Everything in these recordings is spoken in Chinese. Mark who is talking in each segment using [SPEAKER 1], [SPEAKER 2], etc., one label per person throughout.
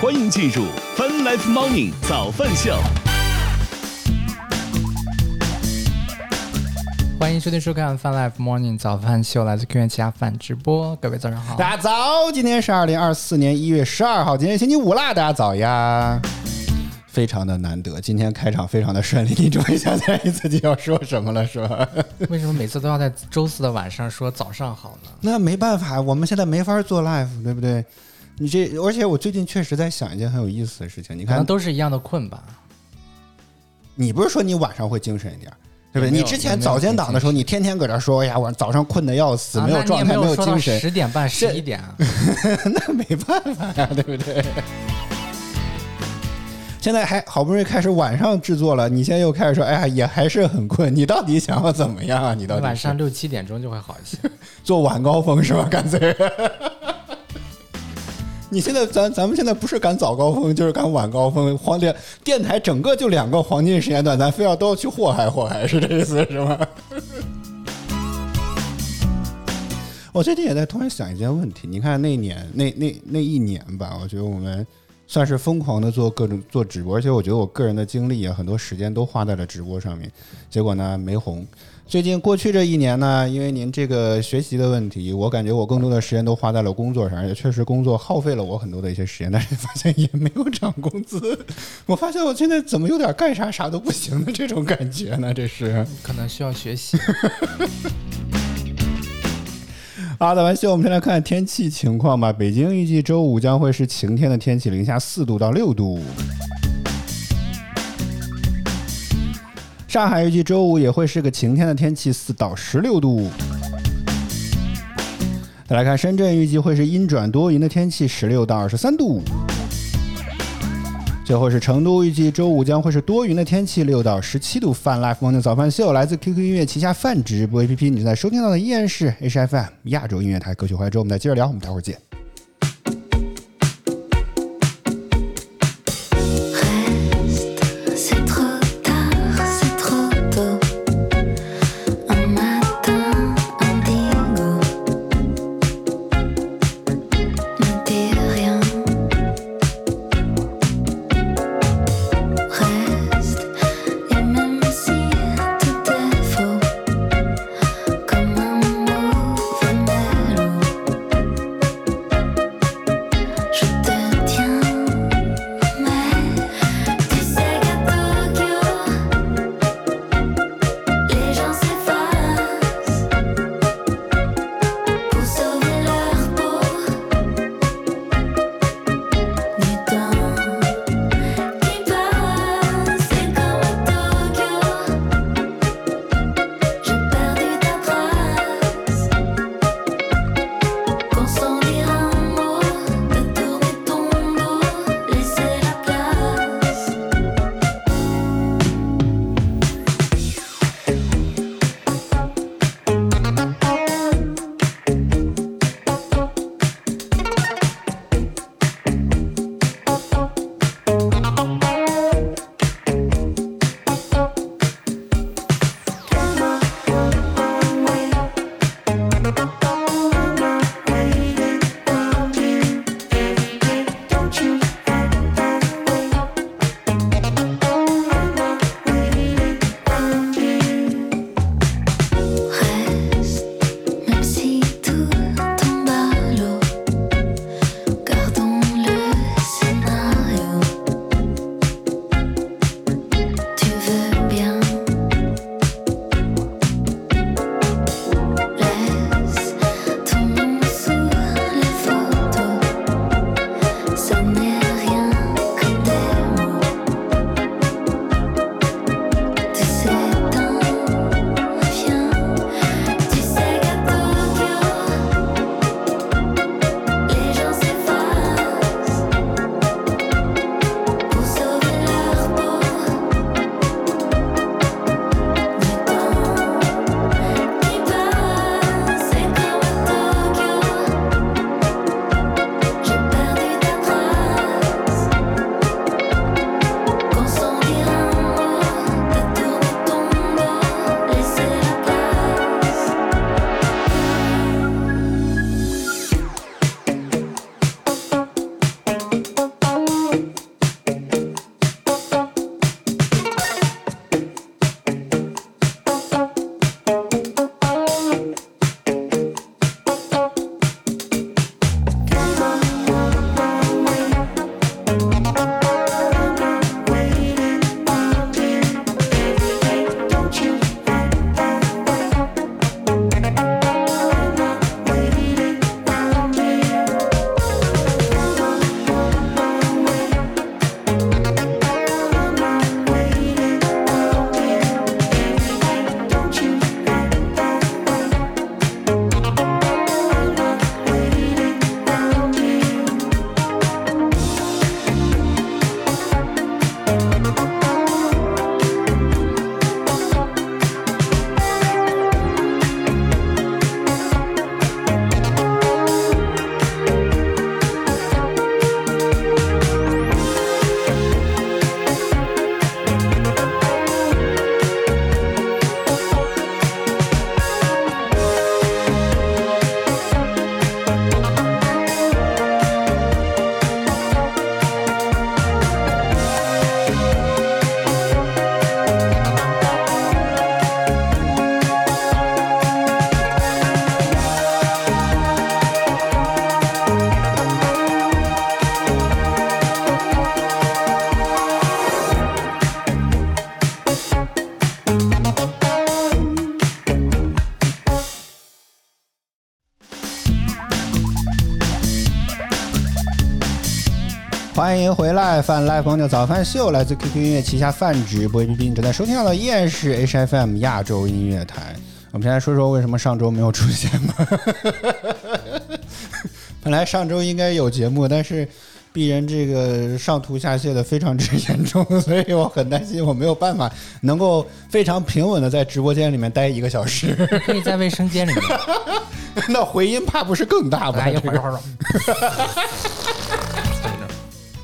[SPEAKER 1] 欢迎进入 Fun Life Morning 早饭秀。
[SPEAKER 2] 欢迎收听收看《Fun Life Morning 早饭秀》，来自 Q 元旗下饭直播。各位早上好，
[SPEAKER 3] 大家早，今天是二零二四年一月十二号，今天星期五啦，大家早呀。非常的难得，今天开场非常的顺利，你终于想起来你自己要说什么了，是吧？
[SPEAKER 2] 为什么每次都要在周四的晚上说早上好呢？
[SPEAKER 3] 那没办法，我们现在没法做 live，对不对？你这，而且我最近确实在想一件很有意思的事情，你
[SPEAKER 2] 可能
[SPEAKER 3] 看，
[SPEAKER 2] 都是一样的困吧。
[SPEAKER 3] 你不是说你晚上会精神一点儿？对不
[SPEAKER 2] 也
[SPEAKER 3] 对？
[SPEAKER 2] 没有
[SPEAKER 3] 你之前早间档的时候，你天天搁这说，哎呀，我早上困得要死，没有
[SPEAKER 2] 啊、那
[SPEAKER 3] 状态，
[SPEAKER 2] 你也没
[SPEAKER 3] 有
[SPEAKER 2] 说到
[SPEAKER 3] 精神，
[SPEAKER 2] 十点半、十一点啊。
[SPEAKER 3] 那 没办法呀、对不对？现在还好不容易开始晚上制作了，你现在又开始说，哎呀，也还是很困。你到底想要怎么样啊？你到底是
[SPEAKER 2] 晚上六七点钟就会好一些。
[SPEAKER 3] 做晚高峰是吧？干 脆。你现在咱咱们现在不是赶早高峰，就是赶晚高峰。黄电电台整个就两个黄金时间段，咱非要都要去祸害祸害，是这意思是吗？ 我最近也在突然想一件问题，你看那年那那那一年吧，我觉得我们算是疯狂的做各种做直播，而且我觉得我个人的精力也很多时间都花在了直播上面，结果呢没红。最近过去这一年呢，因为您这个学习的问题，我感觉我更多的时间都花在了工作上，而且确实工作耗费了我很多的一些时间，但是发现也没有涨工资。我发现我现在怎么有点干啥啥都不行的这种感觉呢？这是。
[SPEAKER 2] 可能需要学习。
[SPEAKER 3] 好的，完秀，我们先来看天气情况吧。北京预计周五将会是晴天的天气，零下四度到六度。上海预计周五也会是个晴天的天气，四到十六度。再来看深圳，预计会是阴转多云的天气，十六到二十三度。最后是成都，预计周五将会是多云的天气，六到十七度。Fun Life Morning 早饭秀来自 QQ 音乐旗下泛直播 APP，你正在收听到的依然是 HFM 亚洲音乐台歌曲怀旧。我们再接着聊，我们待会儿见。
[SPEAKER 4] Reste, c'est trop tard, c'est trop tôt. Un matin indigo. Ne dis rien. Reste, et même si tout est faux, comme un mauvais mélod.
[SPEAKER 3] 欢迎回来，饭 Live 朋友早饭秀来自 QQ 音乐旗下饭直播 APP，你正在收听到的依然是 HFM 亚洲音乐台。我们先来说说为什么上周没有出现吧。 本来上周应该有节目，但是鄙人这个上吐下泻的非常之严重，所以我很担心我没有办法能够非常平稳的在直播间里面待一个小时。
[SPEAKER 2] 你可以在卫生间里面
[SPEAKER 3] 那回音怕不是更大吧？
[SPEAKER 2] 来一
[SPEAKER 3] 这
[SPEAKER 2] 会
[SPEAKER 3] 个
[SPEAKER 2] 儿一会儿，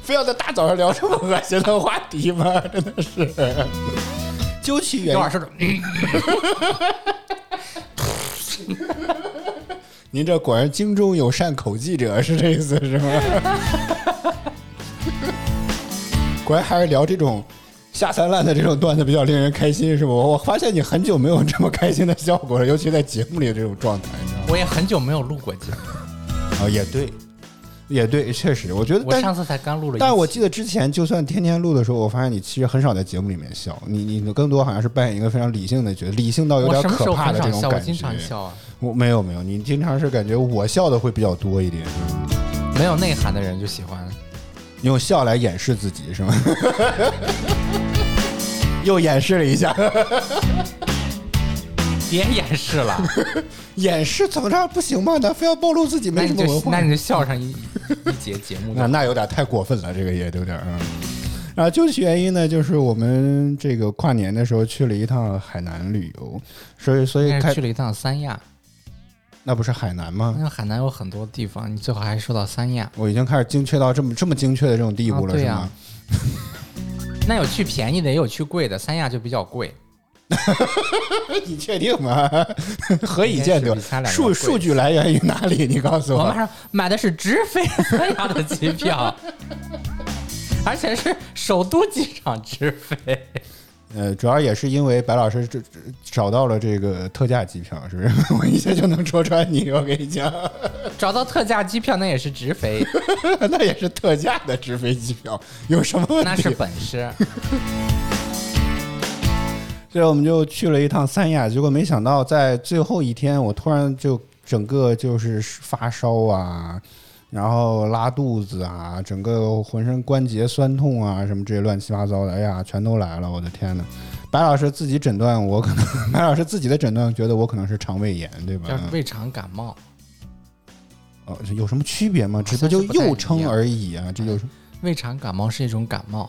[SPEAKER 3] 非要在大早上聊这么恶心的话题吗？ 真的是。究其
[SPEAKER 2] 一
[SPEAKER 3] 原
[SPEAKER 2] 会
[SPEAKER 3] 因
[SPEAKER 2] 儿，是种
[SPEAKER 3] 您这果然京中有善口技者是这意思是吗？ 果然还是聊这种下三滥的这种段子比较令人开心是吗？我我发现你很久没有这么开心的效果了，尤其在节目里的这种状态，你知道吗？
[SPEAKER 2] 我也很久没有录过节目，
[SPEAKER 3] 啊、也对，也对，确实，我觉得
[SPEAKER 2] 我
[SPEAKER 3] 但
[SPEAKER 2] 上次才刚录了一期，
[SPEAKER 3] 但我记得之前，就算天天录的时候，我发现你其实很少在节目里面笑，你你更多好像是扮演一个非常理性的角色，理性到有
[SPEAKER 2] 我
[SPEAKER 3] 点
[SPEAKER 2] 什么时
[SPEAKER 3] 可
[SPEAKER 2] 候
[SPEAKER 3] 怕
[SPEAKER 2] 很
[SPEAKER 3] 的这
[SPEAKER 2] 少
[SPEAKER 3] 种
[SPEAKER 2] 笑？我
[SPEAKER 3] 感觉。
[SPEAKER 2] 经常笑啊，
[SPEAKER 3] 我没有没有，你经常是感觉我笑的会比较多一点，
[SPEAKER 2] 没有内涵的人就喜欢。
[SPEAKER 3] 用笑来掩饰自己是吗？ 又掩饰了一下，
[SPEAKER 2] 别掩饰了，
[SPEAKER 3] 掩饰怎么着不行吗？咱非要暴露自己
[SPEAKER 2] 那
[SPEAKER 3] 没什
[SPEAKER 2] 你
[SPEAKER 3] 么文
[SPEAKER 2] 就
[SPEAKER 3] 化，
[SPEAKER 2] 那你就笑上一一节节目
[SPEAKER 3] 那
[SPEAKER 2] 就。
[SPEAKER 3] 那有点太过分了，这个也有点嗯。然后究其原因呢，就是我们这个跨年的时候去了一趟海南旅游，所以所以
[SPEAKER 2] 但
[SPEAKER 3] 开
[SPEAKER 2] 是去了一趟三亚，
[SPEAKER 3] 那不是海南吗？
[SPEAKER 2] 那海南有很多地方，你最好还说到三亚。
[SPEAKER 3] 我已经开始精确到这么这么精确的这种地步
[SPEAKER 2] 啊
[SPEAKER 3] 了，
[SPEAKER 2] 对
[SPEAKER 3] 是
[SPEAKER 2] 呀
[SPEAKER 3] 吗？
[SPEAKER 2] 那有去便宜的，也有去贵的，三亚就比较贵。
[SPEAKER 3] 你确定 吗？何以见得
[SPEAKER 2] 应该是比他？俩要
[SPEAKER 3] 数
[SPEAKER 2] 贵
[SPEAKER 3] 数据来源于哪里？你告诉
[SPEAKER 2] 我
[SPEAKER 3] 我
[SPEAKER 2] 马。上买的是直飞三亚的机票，而且是首都机场直飞。
[SPEAKER 3] 呃，主要也是因为白老师这这找到了这个特价机票，是不是？ 我一下就能戳穿你，我跟你讲，
[SPEAKER 2] 找到特价机票那也是直飞，
[SPEAKER 3] 那也是特价的直飞机票，有什么问
[SPEAKER 2] 那
[SPEAKER 3] 题
[SPEAKER 2] 是？本 事。
[SPEAKER 3] 所以我们就去了一趟三亚，结果没想到在最后一天，我突然就整个就是发烧啊，然后拉肚子啊，整个浑身关节酸痛啊，什么这些乱七八糟的，哎呀，全都来了，我的天呐！白老师自己诊断我可能，白老师自己的诊断觉得我可能是肠胃炎，对吧
[SPEAKER 2] 叫？胃肠感冒，
[SPEAKER 3] 哦，有什么区别吗？只
[SPEAKER 2] 像
[SPEAKER 3] 不过就是
[SPEAKER 2] 不太
[SPEAKER 3] 又
[SPEAKER 2] 一
[SPEAKER 3] 称
[SPEAKER 2] 样
[SPEAKER 3] 而已啊，这就是
[SPEAKER 2] 胃肠感冒是一种感冒，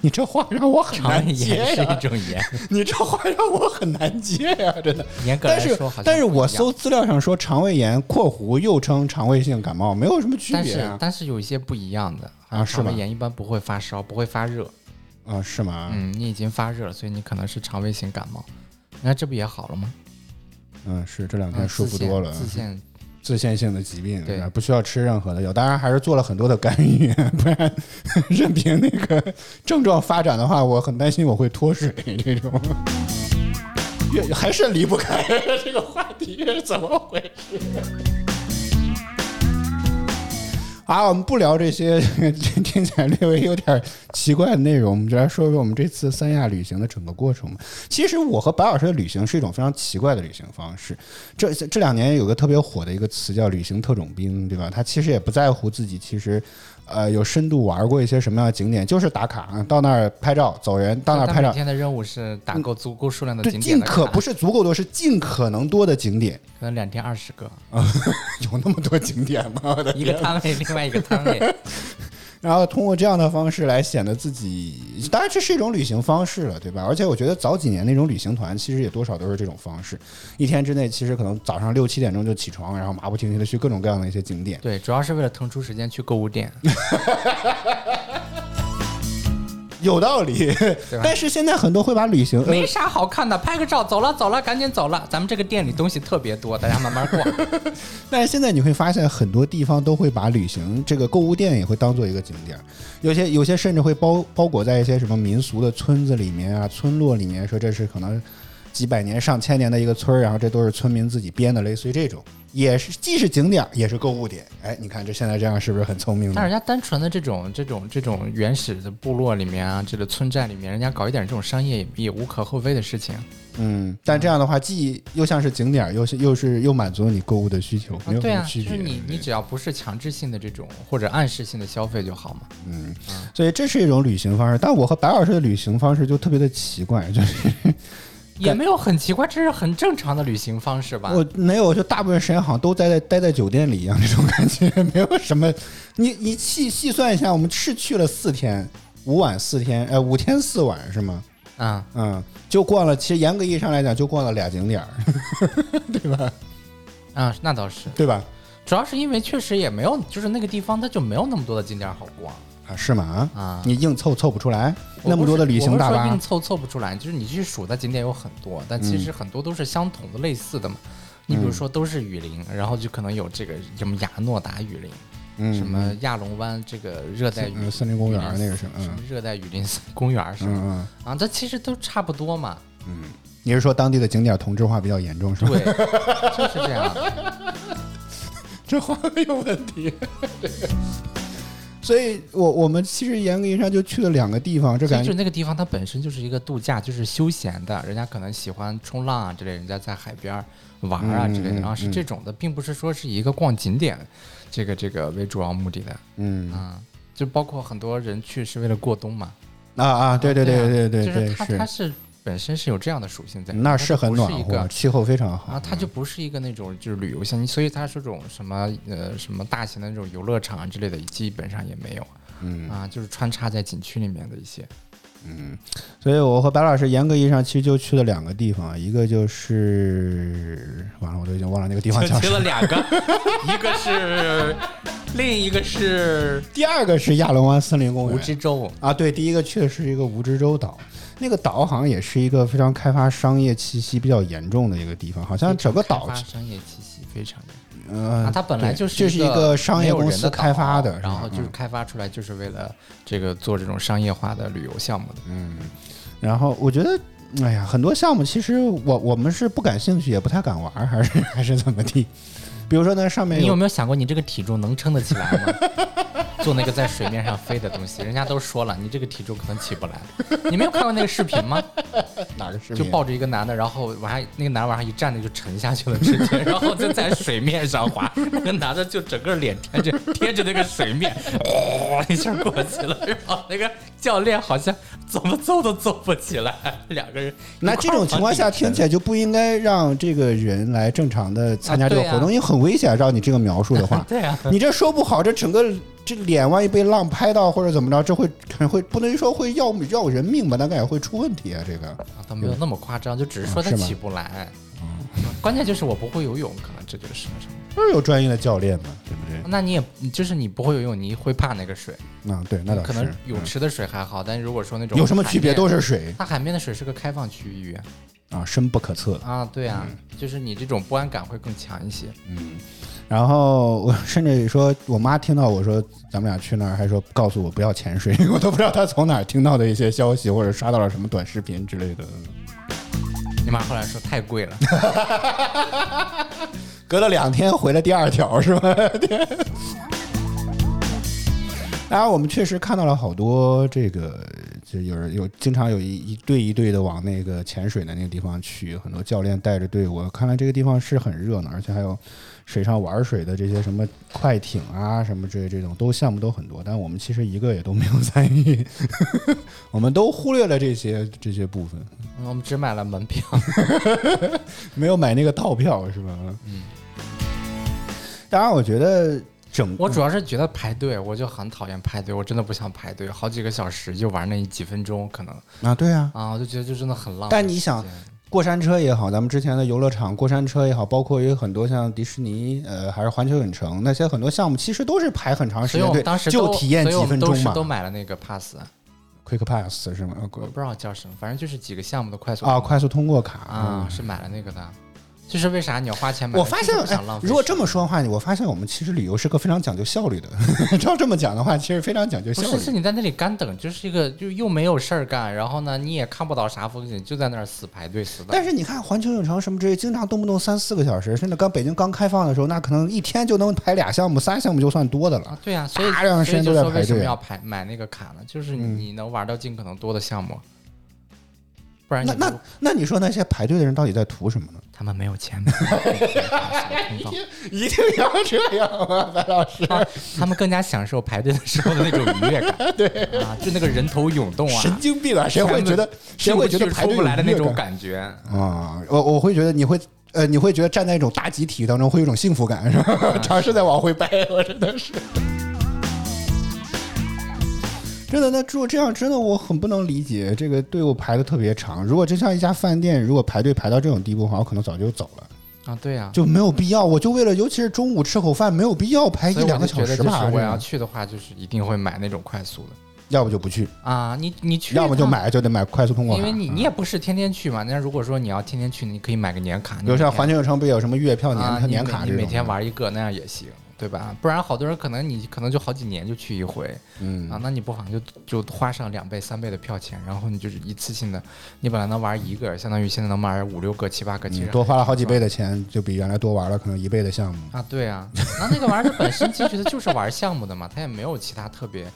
[SPEAKER 3] 你这话让我很
[SPEAKER 2] 肠胃
[SPEAKER 3] 难接
[SPEAKER 2] 炎是
[SPEAKER 3] 呀、
[SPEAKER 2] 一种炎。
[SPEAKER 3] 你这话让我很难接呀、真的。
[SPEAKER 2] 严格来
[SPEAKER 3] 但是
[SPEAKER 2] 说，好像
[SPEAKER 3] 但是
[SPEAKER 2] 不一样
[SPEAKER 3] 我搜，资料上说肠胃炎（括弧又称肠胃性感冒）没有什么区
[SPEAKER 2] 但
[SPEAKER 3] 别
[SPEAKER 2] 是
[SPEAKER 3] 啊？
[SPEAKER 2] 但是有一些不一样的
[SPEAKER 3] 啊是
[SPEAKER 2] 肠
[SPEAKER 3] 吗
[SPEAKER 2] 胃炎一般不会发烧，不会发热。
[SPEAKER 3] 啊，是吗？
[SPEAKER 2] 嗯，你已经发热了，所以你可能是肠胃型感冒。那这不也好了吗？
[SPEAKER 3] 嗯，是这两
[SPEAKER 2] 嗯
[SPEAKER 3] 天舒服多了，啊
[SPEAKER 2] 自 限
[SPEAKER 3] 自限性的疾病，
[SPEAKER 2] 对
[SPEAKER 3] 啊不需要吃任何的药。当然还是做了很多的干预，不然任凭那个症状发展的话，我很担心我会脱水这种。 越还是离不开这个话题，是怎么回事？啊，我们不聊这些听起来略微有点奇怪的内容，我们就来说说我们这次三亚旅行的整个过程吧。其实我和白老师的旅行是一种非常奇怪的旅行方式。这这两年有个特别火的一个词叫“旅行特种兵”，对吧？他其实也不在乎自己其实呃有深度玩过一些什么样的景点，就是打卡，到那儿拍照走人，到那儿
[SPEAKER 2] 他
[SPEAKER 3] 拍
[SPEAKER 2] 每
[SPEAKER 3] 照。
[SPEAKER 2] 天的任务是打够足够数量的
[SPEAKER 3] 嗯对，
[SPEAKER 2] 景点
[SPEAKER 3] 尽
[SPEAKER 2] 的
[SPEAKER 3] 可
[SPEAKER 2] 卡
[SPEAKER 3] 不是足够多，是尽可能多的景点。
[SPEAKER 2] 可能两天二十 个，
[SPEAKER 3] 有那么多景点吗？我的
[SPEAKER 2] 一个
[SPEAKER 3] 天！
[SPEAKER 2] 摊位，另外一个摊位，
[SPEAKER 3] 然后通过这样的方式来显得自己，当然这是一种旅行方式了，对吧？而且我觉得早几年那种旅行团其实也多少都是这种方式，一天之内其实可能早上六七点钟就起床，然后马不停蹄的去各种各样的一些景点。
[SPEAKER 2] 对，主要是为了腾出时间去购物 店。
[SPEAKER 3] 有道理， 但是现在很多会把旅行，呃
[SPEAKER 2] 没啥好看的，拍个照，走了走了，赶紧走了。咱们这个店里东西特别多，大家慢慢 逛。
[SPEAKER 3] 但是现在你会发现很多地方都会把旅行这个购物店也会当做一个景点儿，有些有些甚至会包包裹在一些什么民俗的村子里面啊、村落里面，说这是可能。几百年、上千年的一个村儿，然后这都是村民自己编的，类似于这种，也是既是景点儿也是购物点。哎，你看这现在这样是不是很聪明呢？
[SPEAKER 2] 但人家单纯的这种这种这种原始的部落里面啊，这个村寨里面，人家搞一点这种商业也也无可厚非的事情。
[SPEAKER 3] 嗯，但这样的话，既又像是景点儿，又是又是又满足了你购物的需求，
[SPEAKER 2] 啊
[SPEAKER 3] 没有
[SPEAKER 2] 对
[SPEAKER 3] 什
[SPEAKER 2] 啊，
[SPEAKER 3] 么
[SPEAKER 2] 就
[SPEAKER 3] 区别。
[SPEAKER 2] 是你你只要不是强制性的这种或者暗示性的消费就好嘛。
[SPEAKER 3] 所以这是一种旅行方式。但我和白老师的旅行方式就特别的奇怪，就是
[SPEAKER 2] 也没有很奇怪，这是很正常的旅行方式吧？
[SPEAKER 3] 我没有，就大部分时间好像都待在待在酒店里一样，这种感觉 没有什么。你你细细算一下，我们是去了四天，五晚四天，呃，五天四晚是吗？
[SPEAKER 2] 啊，
[SPEAKER 3] 嗯，就逛了，其实严格意义上来讲，就逛了俩景点儿，
[SPEAKER 2] 啊，那倒是，
[SPEAKER 3] 对吧？
[SPEAKER 2] 主要是因为确实也没有，就是那个地方它就没有那么多的景点好逛
[SPEAKER 3] 啊，是吗？
[SPEAKER 2] 啊。
[SPEAKER 3] 你硬凑凑不出来
[SPEAKER 2] 我
[SPEAKER 3] 那么
[SPEAKER 2] 不
[SPEAKER 3] 多
[SPEAKER 2] 是
[SPEAKER 3] 的旅行大
[SPEAKER 2] 我不是说
[SPEAKER 3] 巴
[SPEAKER 2] 硬，凑凑不出来，就是你去数的景点有很多，但其
[SPEAKER 3] 嗯
[SPEAKER 2] 实很多都是相同的、类似的嘛。你比如说都是雨林，然后就可能有这个什么亚诺达雨林，
[SPEAKER 3] 嗯，
[SPEAKER 2] 什么亚龙湾这个热带雨
[SPEAKER 3] 嗯森林公园儿那个是，
[SPEAKER 2] 什
[SPEAKER 3] 嗯
[SPEAKER 2] 么热带雨林 公园什
[SPEAKER 3] 嗯
[SPEAKER 2] 么、
[SPEAKER 3] 嗯，
[SPEAKER 2] 啊，这其实都差不多嘛。
[SPEAKER 3] 你是说当地的景点同质化比较严重是吧？
[SPEAKER 2] 对，就是这样。
[SPEAKER 3] 这话没有问题。 所以我我们其实严格意义上就去了两个地方，这
[SPEAKER 2] 其
[SPEAKER 3] 感
[SPEAKER 2] 实就
[SPEAKER 3] 觉
[SPEAKER 2] 那个地方，它本身就是一个度假，就是休闲的，人家可能喜欢冲浪啊之类，人家在海边儿玩儿啊之类
[SPEAKER 3] 嗯嗯
[SPEAKER 2] 的，
[SPEAKER 3] 嗯
[SPEAKER 2] 然后是这种的，并不是说是以一个逛景点这个这个为主要目的的
[SPEAKER 3] 嗯
[SPEAKER 2] 啊。就包括很多人去是为了过冬嘛，
[SPEAKER 3] 啊啊，对对对对对
[SPEAKER 2] 就是
[SPEAKER 3] 对
[SPEAKER 2] 它它是本身是有这样的属性在的，
[SPEAKER 3] 那
[SPEAKER 2] 它
[SPEAKER 3] 是
[SPEAKER 2] 就
[SPEAKER 3] 很
[SPEAKER 2] 不
[SPEAKER 3] 暖
[SPEAKER 2] 一个
[SPEAKER 3] 和，气候非常好
[SPEAKER 2] 啊，它就不是一个那种就是旅游项，你所以它是这种什么呃什么大型的那种游乐场啊之类的，基本上也没有，
[SPEAKER 3] 嗯
[SPEAKER 2] 啊，就是穿插在景区里面的一些，
[SPEAKER 3] 所以我和白老师严格意义上其实就去了两个地方，一个就是完了，我都已经忘了那个地方叫
[SPEAKER 2] 就
[SPEAKER 3] 什
[SPEAKER 2] 去
[SPEAKER 3] 么。
[SPEAKER 2] 了两 个，一个是，另一个是
[SPEAKER 3] 第二个是亚龙湾森林公
[SPEAKER 2] 蜈
[SPEAKER 3] 园
[SPEAKER 2] 支洲
[SPEAKER 3] 啊，对，第一个去的是一个蜈支洲岛，那个岛好像也是一个非常开发商业气息比较严重的一个地方，好像整个岛
[SPEAKER 2] 开发商业气息非常严
[SPEAKER 3] 嗯
[SPEAKER 2] 啊，它本来
[SPEAKER 3] 对
[SPEAKER 2] 就是
[SPEAKER 3] 这是一个商
[SPEAKER 2] 没
[SPEAKER 3] 业
[SPEAKER 2] 有人
[SPEAKER 3] 公司
[SPEAKER 2] 的
[SPEAKER 3] 开发的
[SPEAKER 2] 岛
[SPEAKER 3] 是吧
[SPEAKER 2] 然后就是
[SPEAKER 3] 嗯
[SPEAKER 2] 开发出来就是为了这个做这种商业化的旅游项目的。
[SPEAKER 3] 嗯然后我觉得，哎呀，很多项目其实我我们是不感兴趣，也不太敢玩儿，还是还是怎么地？比如说呢，上面
[SPEAKER 2] 你有没有想过你这个体重能撑得起来吗？ 做那个在水面上飞的东西，人家都说了，你这个体重可能起不来。你没有看过那个视频吗？
[SPEAKER 3] 哪个视
[SPEAKER 2] 就抱着一个男的，然后往下那个男的往下一站，那就沉下去了，直 接，然后就在水面上滑，那个男的就整个脸贴着贴着那个水面，哗一下过去了，然后那个教练好像怎么揍都揍不起来，两个人一块
[SPEAKER 3] 那
[SPEAKER 2] 儿
[SPEAKER 3] 这种情况下，
[SPEAKER 2] 往底沉
[SPEAKER 3] 听起来就不应该让这个人来正常的参加这个
[SPEAKER 2] 啊对啊
[SPEAKER 3] 活动，因为很危险。照你这个描述的
[SPEAKER 2] ，
[SPEAKER 3] 话
[SPEAKER 2] 对啊，
[SPEAKER 3] 你这说不好，这整个这脸万一被浪拍到或者怎么着，这会会不能说会要要人命吧，那个也会出问题啊。这个
[SPEAKER 2] 啊倒没有那么夸张，就只是说他
[SPEAKER 3] 啊是吗嗯
[SPEAKER 2] 起不来。关键就是我不会游泳，可能这就是什么。
[SPEAKER 3] 不是有专业的教练吗？对不对？
[SPEAKER 2] 那你也就是你不会游泳，你会怕那个水。
[SPEAKER 3] 啊，对，那倒
[SPEAKER 2] 嗯
[SPEAKER 3] 是。
[SPEAKER 2] 可能泳
[SPEAKER 3] 嗯
[SPEAKER 2] 池的水还好，但如果说那种
[SPEAKER 3] 有什么区别？
[SPEAKER 2] 海面
[SPEAKER 3] 都是水
[SPEAKER 2] 它海面的水是个开放区域
[SPEAKER 3] 啊，深不可测。
[SPEAKER 2] 啊，对啊，
[SPEAKER 3] 嗯
[SPEAKER 2] 就是你这种不安感会更强一些。
[SPEAKER 3] 然后我甚至说，我妈听到我说咱们俩去那儿，还说告诉我不要潜水， 我都不知道她从哪儿听到的一些消息，或者刷到了什么短视频之类的。
[SPEAKER 2] 你妈后来说太贵 了，
[SPEAKER 3] 隔了两天回了第二条是吧？ 当然，我们确实看到了好多这个，就有人有经常有一一队一队的往那个潜水的那个地方去，很多教练带着队伍。我看来这个地方是很热闹，而且还有水上玩水的这些什么快艇啊什么之类这种都项目都很多，但我们其实一个也都没有参与， 我们都忽略了这些这些部分，
[SPEAKER 2] 嗯我们只买了门票。
[SPEAKER 3] 没有买那个套票是吧？嗯。当然，我觉得整
[SPEAKER 2] 我主要是觉得排队，我就很讨厌排队，我真的不想排队，好几个小时就玩那几分钟可能
[SPEAKER 3] 啊，对啊，
[SPEAKER 2] 啊，我就觉得就真的很浪费时间。
[SPEAKER 3] 但你想过山车也好，咱们之前的游乐场过山车也好，包括有很多像迪士尼，呃，还是环球影城那些很多项目，其实都是排很长时
[SPEAKER 2] 所以我
[SPEAKER 3] 间
[SPEAKER 2] 们
[SPEAKER 3] 队，
[SPEAKER 2] 当时
[SPEAKER 3] 就
[SPEAKER 2] 都
[SPEAKER 3] 体验
[SPEAKER 2] 所以
[SPEAKER 3] 几
[SPEAKER 2] 我们
[SPEAKER 3] 分
[SPEAKER 2] 都
[SPEAKER 3] 钟
[SPEAKER 2] 是
[SPEAKER 3] 嘛。
[SPEAKER 2] 都嗯买了那个 pass，
[SPEAKER 3] Quick Pass 是吗？呃呃啊
[SPEAKER 2] 我不知道叫什么，反正就是几个项目的快速
[SPEAKER 3] 啊，快速通过卡
[SPEAKER 2] 啊，是买了那个的。就是为啥你要花钱买？
[SPEAKER 3] 我发现
[SPEAKER 2] 就是不，
[SPEAKER 3] 哎
[SPEAKER 2] 想浪，费。
[SPEAKER 3] 如果这么说的话，我发现我们其实旅游是个非常讲究效率的。 照这么讲的话，其实非常讲究
[SPEAKER 2] 不
[SPEAKER 3] 效
[SPEAKER 2] 是，是
[SPEAKER 3] 率。
[SPEAKER 2] 你在那里干等，就是一个就又没有事儿干，然后呢你也看不到啥风景，就在那儿死排队死等。
[SPEAKER 3] 但是你看环球影城什么之类，经常动不动三四个小时，甚至刚北京刚开放的时候，那可能一天就能排俩项目、仨项目就算多的了
[SPEAKER 2] 啊。，对呀、所以
[SPEAKER 3] 大量的时
[SPEAKER 2] 所以
[SPEAKER 3] 间
[SPEAKER 2] 就
[SPEAKER 3] 都
[SPEAKER 2] 说为
[SPEAKER 3] 在排
[SPEAKER 2] 什么
[SPEAKER 3] 队啊嗯
[SPEAKER 2] 要排买那个卡呢？就是你能玩到尽可能多的项目，不然你
[SPEAKER 3] 那那
[SPEAKER 2] 就
[SPEAKER 3] 那你说那些排队的人到底在图什么呢？
[SPEAKER 2] 他们没有钱买。通道
[SPEAKER 3] 一定要这样吗，白老师？
[SPEAKER 2] 啊他们更加享受排队的时候的那种愉悦 感，对啊，就那个人头涌动啊，
[SPEAKER 3] 神经病啊！谁会觉得谁
[SPEAKER 2] 进不
[SPEAKER 3] 会觉得
[SPEAKER 2] 去
[SPEAKER 3] 排
[SPEAKER 2] 出
[SPEAKER 3] 队
[SPEAKER 2] 不来的那
[SPEAKER 3] 有愉
[SPEAKER 2] 种
[SPEAKER 3] 悦
[SPEAKER 2] 感觉？
[SPEAKER 3] 啊、我我会觉得你会呃，你会觉得站在一种大集体当中会有一种幸福感，是 吧？尝试在往回掰，我真的是。真的，那住这样真的我很不能理解，这个队伍排的特别长。如果真像一家饭店，如果排队排到这种地步的话，我可能早就走了，
[SPEAKER 2] 啊，对呀、
[SPEAKER 3] 就没有必要。我就为了，尤其是中午吃口饭，没有必要排一
[SPEAKER 2] 所以
[SPEAKER 3] 两
[SPEAKER 2] 我
[SPEAKER 3] 个
[SPEAKER 2] 就
[SPEAKER 3] 小
[SPEAKER 2] 觉得，
[SPEAKER 3] 时
[SPEAKER 2] 就是
[SPEAKER 3] 吧。
[SPEAKER 2] 我
[SPEAKER 3] 这
[SPEAKER 2] 要
[SPEAKER 3] 样
[SPEAKER 2] 去的话，就是一定会买那种快速的
[SPEAKER 3] 要不就不去，
[SPEAKER 2] 啊。你你去，
[SPEAKER 3] 要么就，买就得买快速通过
[SPEAKER 2] 因
[SPEAKER 3] 卡。
[SPEAKER 2] 为你
[SPEAKER 3] 嗯
[SPEAKER 2] 你也不是天天去嘛。那如果说你要天天去，你可以买个年卡，
[SPEAKER 3] 比如像环
[SPEAKER 2] 球
[SPEAKER 3] 球影城不也有什么月票年、
[SPEAKER 2] 啊，你
[SPEAKER 3] 年
[SPEAKER 2] 每
[SPEAKER 3] 卡这
[SPEAKER 2] 你
[SPEAKER 3] 种的？
[SPEAKER 2] 每天玩一个那样也行，对吧？不然好多人可能你可能就好几年就去一回，
[SPEAKER 3] 嗯
[SPEAKER 2] 啊，那你不妨就就花上两倍、三倍的票钱，然后你就是一次性的，你本来能玩一个，相当于现在能玩五六个、七八个，其
[SPEAKER 3] 你
[SPEAKER 2] 实
[SPEAKER 3] 嗯多花了好几倍的钱，就比原来多玩了可能一倍的项目。
[SPEAKER 2] 啊，对啊，那那个玩意儿本身进去的就是玩项目的嘛，它也没有其他特别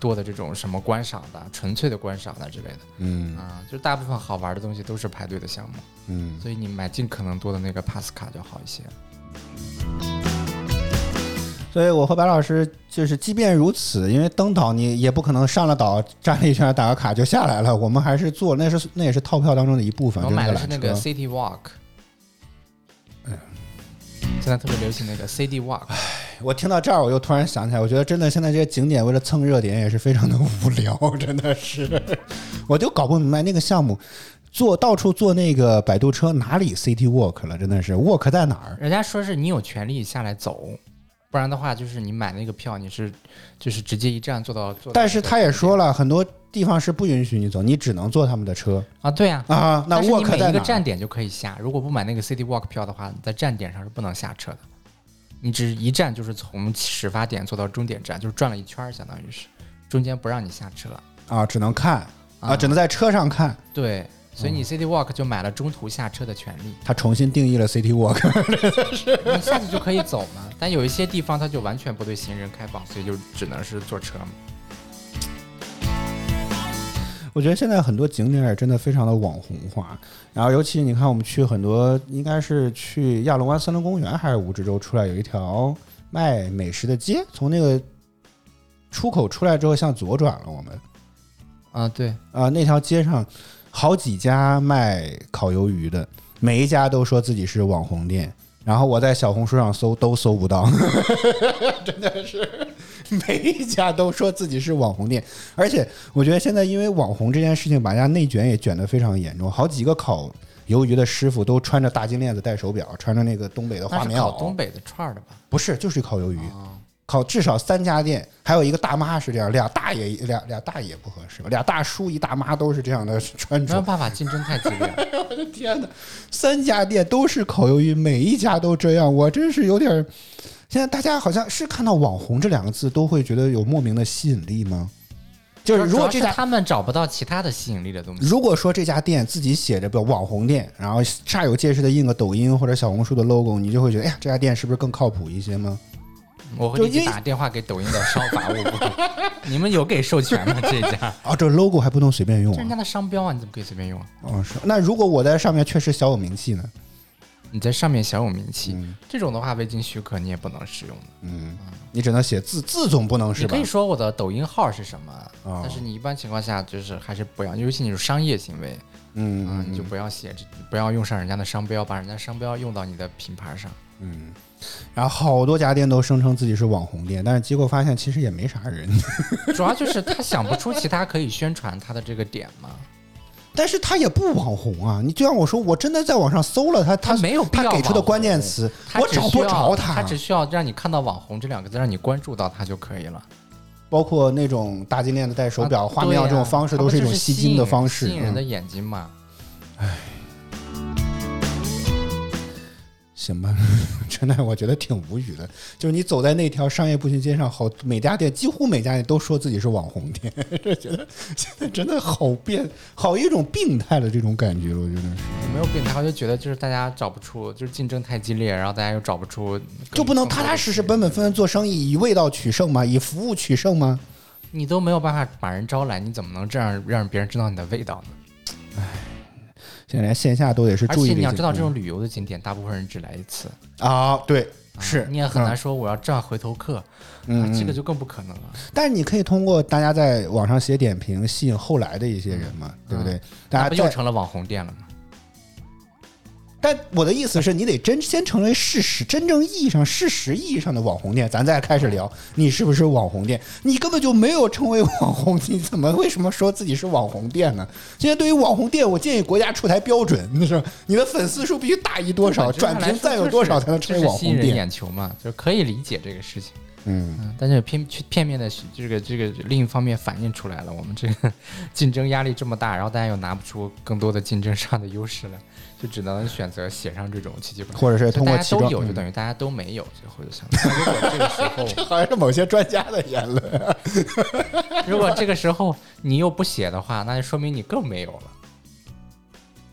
[SPEAKER 2] 多的这种什么观赏的、纯粹的观赏的之类的
[SPEAKER 3] 嗯
[SPEAKER 2] 啊，就大部分好玩的东西都是排队的项目，
[SPEAKER 3] 嗯，
[SPEAKER 2] 所以你买尽可能多的那个 pass 卡就好一些。
[SPEAKER 3] 所以我和白老师就是，即便如此，因为登岛你也不可能上了岛站了一圈打个卡就下来了，我们还是坐，那是那也是套票当中的一部分。
[SPEAKER 2] 我
[SPEAKER 3] 就
[SPEAKER 2] 买的是那
[SPEAKER 3] 缆
[SPEAKER 2] 个
[SPEAKER 3] 车哎
[SPEAKER 2] City Walk，现在特别流行那个 City Walk，
[SPEAKER 3] 我听到这儿，我又突然想起来，我觉得真的现在这些景点为了蹭热点也是非常的无聊，真的是， 我就搞不明白那个项目。坐到处坐那个摆渡车，哪里 City Walk 了？真的是 Walk 在哪儿？
[SPEAKER 2] 人家说是你有权利下来走，不然的话就是你买那个票你是就是直接一站坐到坐到那个景点。
[SPEAKER 3] 但是他也说了，很多地方是不允许你走，你只能坐他们的车
[SPEAKER 2] 啊，对啊，
[SPEAKER 3] 啊。那
[SPEAKER 2] 但是
[SPEAKER 3] 沃
[SPEAKER 2] 你
[SPEAKER 3] 克
[SPEAKER 2] 每
[SPEAKER 3] 在
[SPEAKER 2] 一
[SPEAKER 3] 哪
[SPEAKER 2] 个
[SPEAKER 3] 儿？
[SPEAKER 2] 站点就可以下，如果不买那个 City Walk 票的话，你在站点上是不能下车的。你只一站就是从始发点坐到终点站，就是转了一圈儿，相当于是中间不让你下车。
[SPEAKER 3] 啊，只能看啊，
[SPEAKER 2] 啊
[SPEAKER 3] 只能在车上看。
[SPEAKER 2] 对，所
[SPEAKER 3] 嗯
[SPEAKER 2] 以你 City Walk 就买了中途下车的权利，
[SPEAKER 3] 他重新定义了 City Walk，
[SPEAKER 2] 你下去就可以走嘛。但有一些地方它就完全不对行人开放，所以就只能是坐车嘛。
[SPEAKER 3] 我觉得现在很多景点儿真的非常的网红化，然后尤其你看我们去很多，应该是去亚龙湾森林公园还是蜈支洲出来有一条卖美食的街，从那个出口出来之后向左转了，我们
[SPEAKER 2] 啊，对，
[SPEAKER 3] 啊、那条街上好几家卖烤鱿鱼的，每一家都说自己是网红店。然后我在小红书上搜都搜不到， 真的是每一家都说自己是网红店，而且我觉得现在因为网红这件事情，把人家内卷也卷得非常严重。好几个烤鱿鱼的师傅都穿着大金链子、戴手表，穿着那个东北的
[SPEAKER 2] 那
[SPEAKER 3] 花
[SPEAKER 2] 是
[SPEAKER 3] 棉
[SPEAKER 2] 烤东
[SPEAKER 3] 袄，
[SPEAKER 2] 北的串儿的吧？
[SPEAKER 3] 不是就是烤鱿鱼，
[SPEAKER 2] 啊，
[SPEAKER 3] 烤至少三家店，还有一个大妈是这样，俩大爷俩俩大爷不合适吧，俩大叔一大妈都是这样的穿
[SPEAKER 2] 没有
[SPEAKER 3] 着。
[SPEAKER 2] 办法，竞争太激烈了。
[SPEAKER 3] 天哪，三家店都是烤鱿鱼，每一家都这样，我真是有点儿。现在大家好像是看到“网红”这两个字，都会觉得有莫名的吸引力吗？ 就是如
[SPEAKER 2] 主要
[SPEAKER 3] 果这
[SPEAKER 2] 是
[SPEAKER 3] 家，
[SPEAKER 2] 他们找不到其他的吸引力的东西，
[SPEAKER 3] 如果说这家店自己写着个网红店，然后煞有介事的印个抖音或者小红书的 logo，你就会觉得，哎呀，这家店是不是更靠谱一些吗？
[SPEAKER 2] 我会
[SPEAKER 3] 就
[SPEAKER 2] 立即
[SPEAKER 3] 因
[SPEAKER 2] 打电话给抖音的商法务部，你们有给授权吗？这一 家，
[SPEAKER 3] 啊，这 logo 还不能随便用
[SPEAKER 2] 这人家
[SPEAKER 3] 啊！
[SPEAKER 2] 的商标啊，你怎么可以随便用啊？
[SPEAKER 3] 哦，是。那如果我在上面确实小有名气呢？
[SPEAKER 2] 你在上面享有名气，这种的话未经许可你也不能使用的。
[SPEAKER 3] 嗯，你只能写字，字总不能
[SPEAKER 2] 嗯你
[SPEAKER 3] 是吧
[SPEAKER 2] 可以？说我的抖音号是什么，
[SPEAKER 3] 哦
[SPEAKER 2] 但是你一般情况下就是还是不要，尤其你是商业行为，
[SPEAKER 3] 嗯
[SPEAKER 2] 啊，你就不要写这，不要用上人家的商标，把人家商标用到你的品牌上。
[SPEAKER 3] 然后好多家店都声称自己是网红店，但是结果发现其实也没啥 人。
[SPEAKER 2] 主要就是他想不出其他可以宣传他的这个点嘛，
[SPEAKER 3] 但是他也不网红啊！你就像我说，我真的在网上搜了他，他
[SPEAKER 2] 他没有必要
[SPEAKER 3] 他给出的
[SPEAKER 2] 网红
[SPEAKER 3] 关键词，
[SPEAKER 2] 他
[SPEAKER 3] 我
[SPEAKER 2] 只
[SPEAKER 3] 找
[SPEAKER 2] 需
[SPEAKER 3] 不
[SPEAKER 2] 要
[SPEAKER 3] 着
[SPEAKER 2] 他只需要让你看到“网红”这两个字，让你关注到他就可以了。
[SPEAKER 3] 包括那种大金链子、戴手表、
[SPEAKER 2] 啊
[SPEAKER 3] 花棉
[SPEAKER 2] 对
[SPEAKER 3] 袄
[SPEAKER 2] 呀
[SPEAKER 3] 这种方式，
[SPEAKER 2] 它
[SPEAKER 3] 都
[SPEAKER 2] 不
[SPEAKER 3] 是一
[SPEAKER 2] 就
[SPEAKER 3] 种
[SPEAKER 2] 是
[SPEAKER 3] 吸
[SPEAKER 2] 吸
[SPEAKER 3] 睛
[SPEAKER 2] 引
[SPEAKER 3] 的
[SPEAKER 2] 人
[SPEAKER 3] 方式。
[SPEAKER 2] 吸引人的
[SPEAKER 3] 嗯
[SPEAKER 2] 眼睛嘛。
[SPEAKER 3] 行吧，真的我觉得挺无语的。就是你走在那条商业步行街上，好每家店几乎每家店都说自己是网红店， 就觉得现在真的好变，好一种病态的这种感觉了，我觉得是
[SPEAKER 2] 没有病态，我就觉得就是大家找不出，就是竞争太激烈，然后大家又找不出，
[SPEAKER 3] 就不能踏踏实实、本本分分做生意，以味道取胜吗？以服务取胜吗？
[SPEAKER 2] 你都没有办法把人招来，你怎么能这样让别人知道你的味道呢？
[SPEAKER 3] 现在连线下都得是
[SPEAKER 2] 而
[SPEAKER 3] 注意
[SPEAKER 2] 且
[SPEAKER 3] 力
[SPEAKER 2] 你要
[SPEAKER 3] 紧嗯
[SPEAKER 2] 知道，
[SPEAKER 3] 张
[SPEAKER 2] 这种旅游的景点，大部分人只来一次，
[SPEAKER 3] 啊，对，是
[SPEAKER 2] 你也很
[SPEAKER 3] 嗯
[SPEAKER 2] 难说我要赚回头客，啊，这个就更不可能了。
[SPEAKER 3] 但是你可以通过大家在网上写点评，吸引后来的一些人嘛，对不对？大
[SPEAKER 2] 嗯那不
[SPEAKER 3] 家
[SPEAKER 2] 又
[SPEAKER 3] 啊在，
[SPEAKER 2] 成了网红店了吗？
[SPEAKER 3] 但我的意思是你得真先成为事实，真正意义上、事实意义上的网红店，咱再开始聊你是不是网红店。你根本就没有成为网红，你怎么为什么说自己是网红店呢？现在对于网红店，我建议国家出台标准，你说你的粉丝数必须大于多少，
[SPEAKER 2] 本质上
[SPEAKER 3] 转
[SPEAKER 2] 来
[SPEAKER 3] 评
[SPEAKER 2] 说
[SPEAKER 3] 再有
[SPEAKER 2] 就是
[SPEAKER 3] 多少才能成
[SPEAKER 2] 这
[SPEAKER 3] 为
[SPEAKER 2] 是
[SPEAKER 3] 网
[SPEAKER 2] 吸
[SPEAKER 3] 红
[SPEAKER 2] 引人
[SPEAKER 3] 店？
[SPEAKER 2] 眼球嘛，就是可以理解这个事情。
[SPEAKER 3] 嗯，
[SPEAKER 2] 嗯，但是偏去片面的这个这个另一方面反映出来了，我们这个竞争压力这么大，然后大家又拿不出更多的竞争上的优势来，就只能选择写上这种奇奇怪怪，
[SPEAKER 3] 或者是
[SPEAKER 2] 就
[SPEAKER 3] 通过
[SPEAKER 2] 大
[SPEAKER 3] 奇
[SPEAKER 2] 家都
[SPEAKER 3] 装
[SPEAKER 2] 有，就
[SPEAKER 3] 嗯
[SPEAKER 2] 等于大家都没有，最后就相当于如果这个时候
[SPEAKER 3] 这好像是某些专家的言论。
[SPEAKER 2] 如果这个时候你又不写的话，那就说明你更没有了。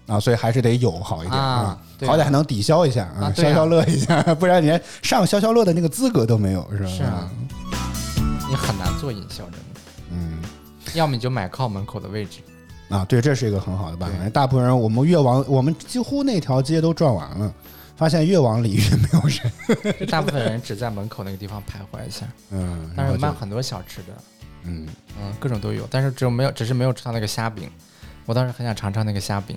[SPEAKER 3] 啊，所以还是得有好一点
[SPEAKER 2] 啊对啊
[SPEAKER 3] 好歹还能抵消一下
[SPEAKER 2] 啊对
[SPEAKER 3] 消
[SPEAKER 2] 啊
[SPEAKER 3] 消乐一下， 不然连上消消乐的那个资格都没有，是吧？
[SPEAKER 2] 是啊，嗯你很难做营销，真的。
[SPEAKER 3] 嗯。
[SPEAKER 2] 要么你就买靠门口的位置，
[SPEAKER 3] 啊，对，这是一个很好的办法。
[SPEAKER 2] 对
[SPEAKER 3] 大部分人，我们越往我们几乎那条街都转完了，发现越往里越没 有人。
[SPEAKER 2] 就大部分人只在门口那个地方徘徊一下。
[SPEAKER 3] 嗯，
[SPEAKER 2] 但
[SPEAKER 3] 然后
[SPEAKER 2] 是
[SPEAKER 3] 就
[SPEAKER 2] 卖很多小吃的，
[SPEAKER 3] 嗯，
[SPEAKER 2] 嗯，各种都有，但是只有没有，只是没有吃到那个虾饼。我当时很想尝尝那个虾饼，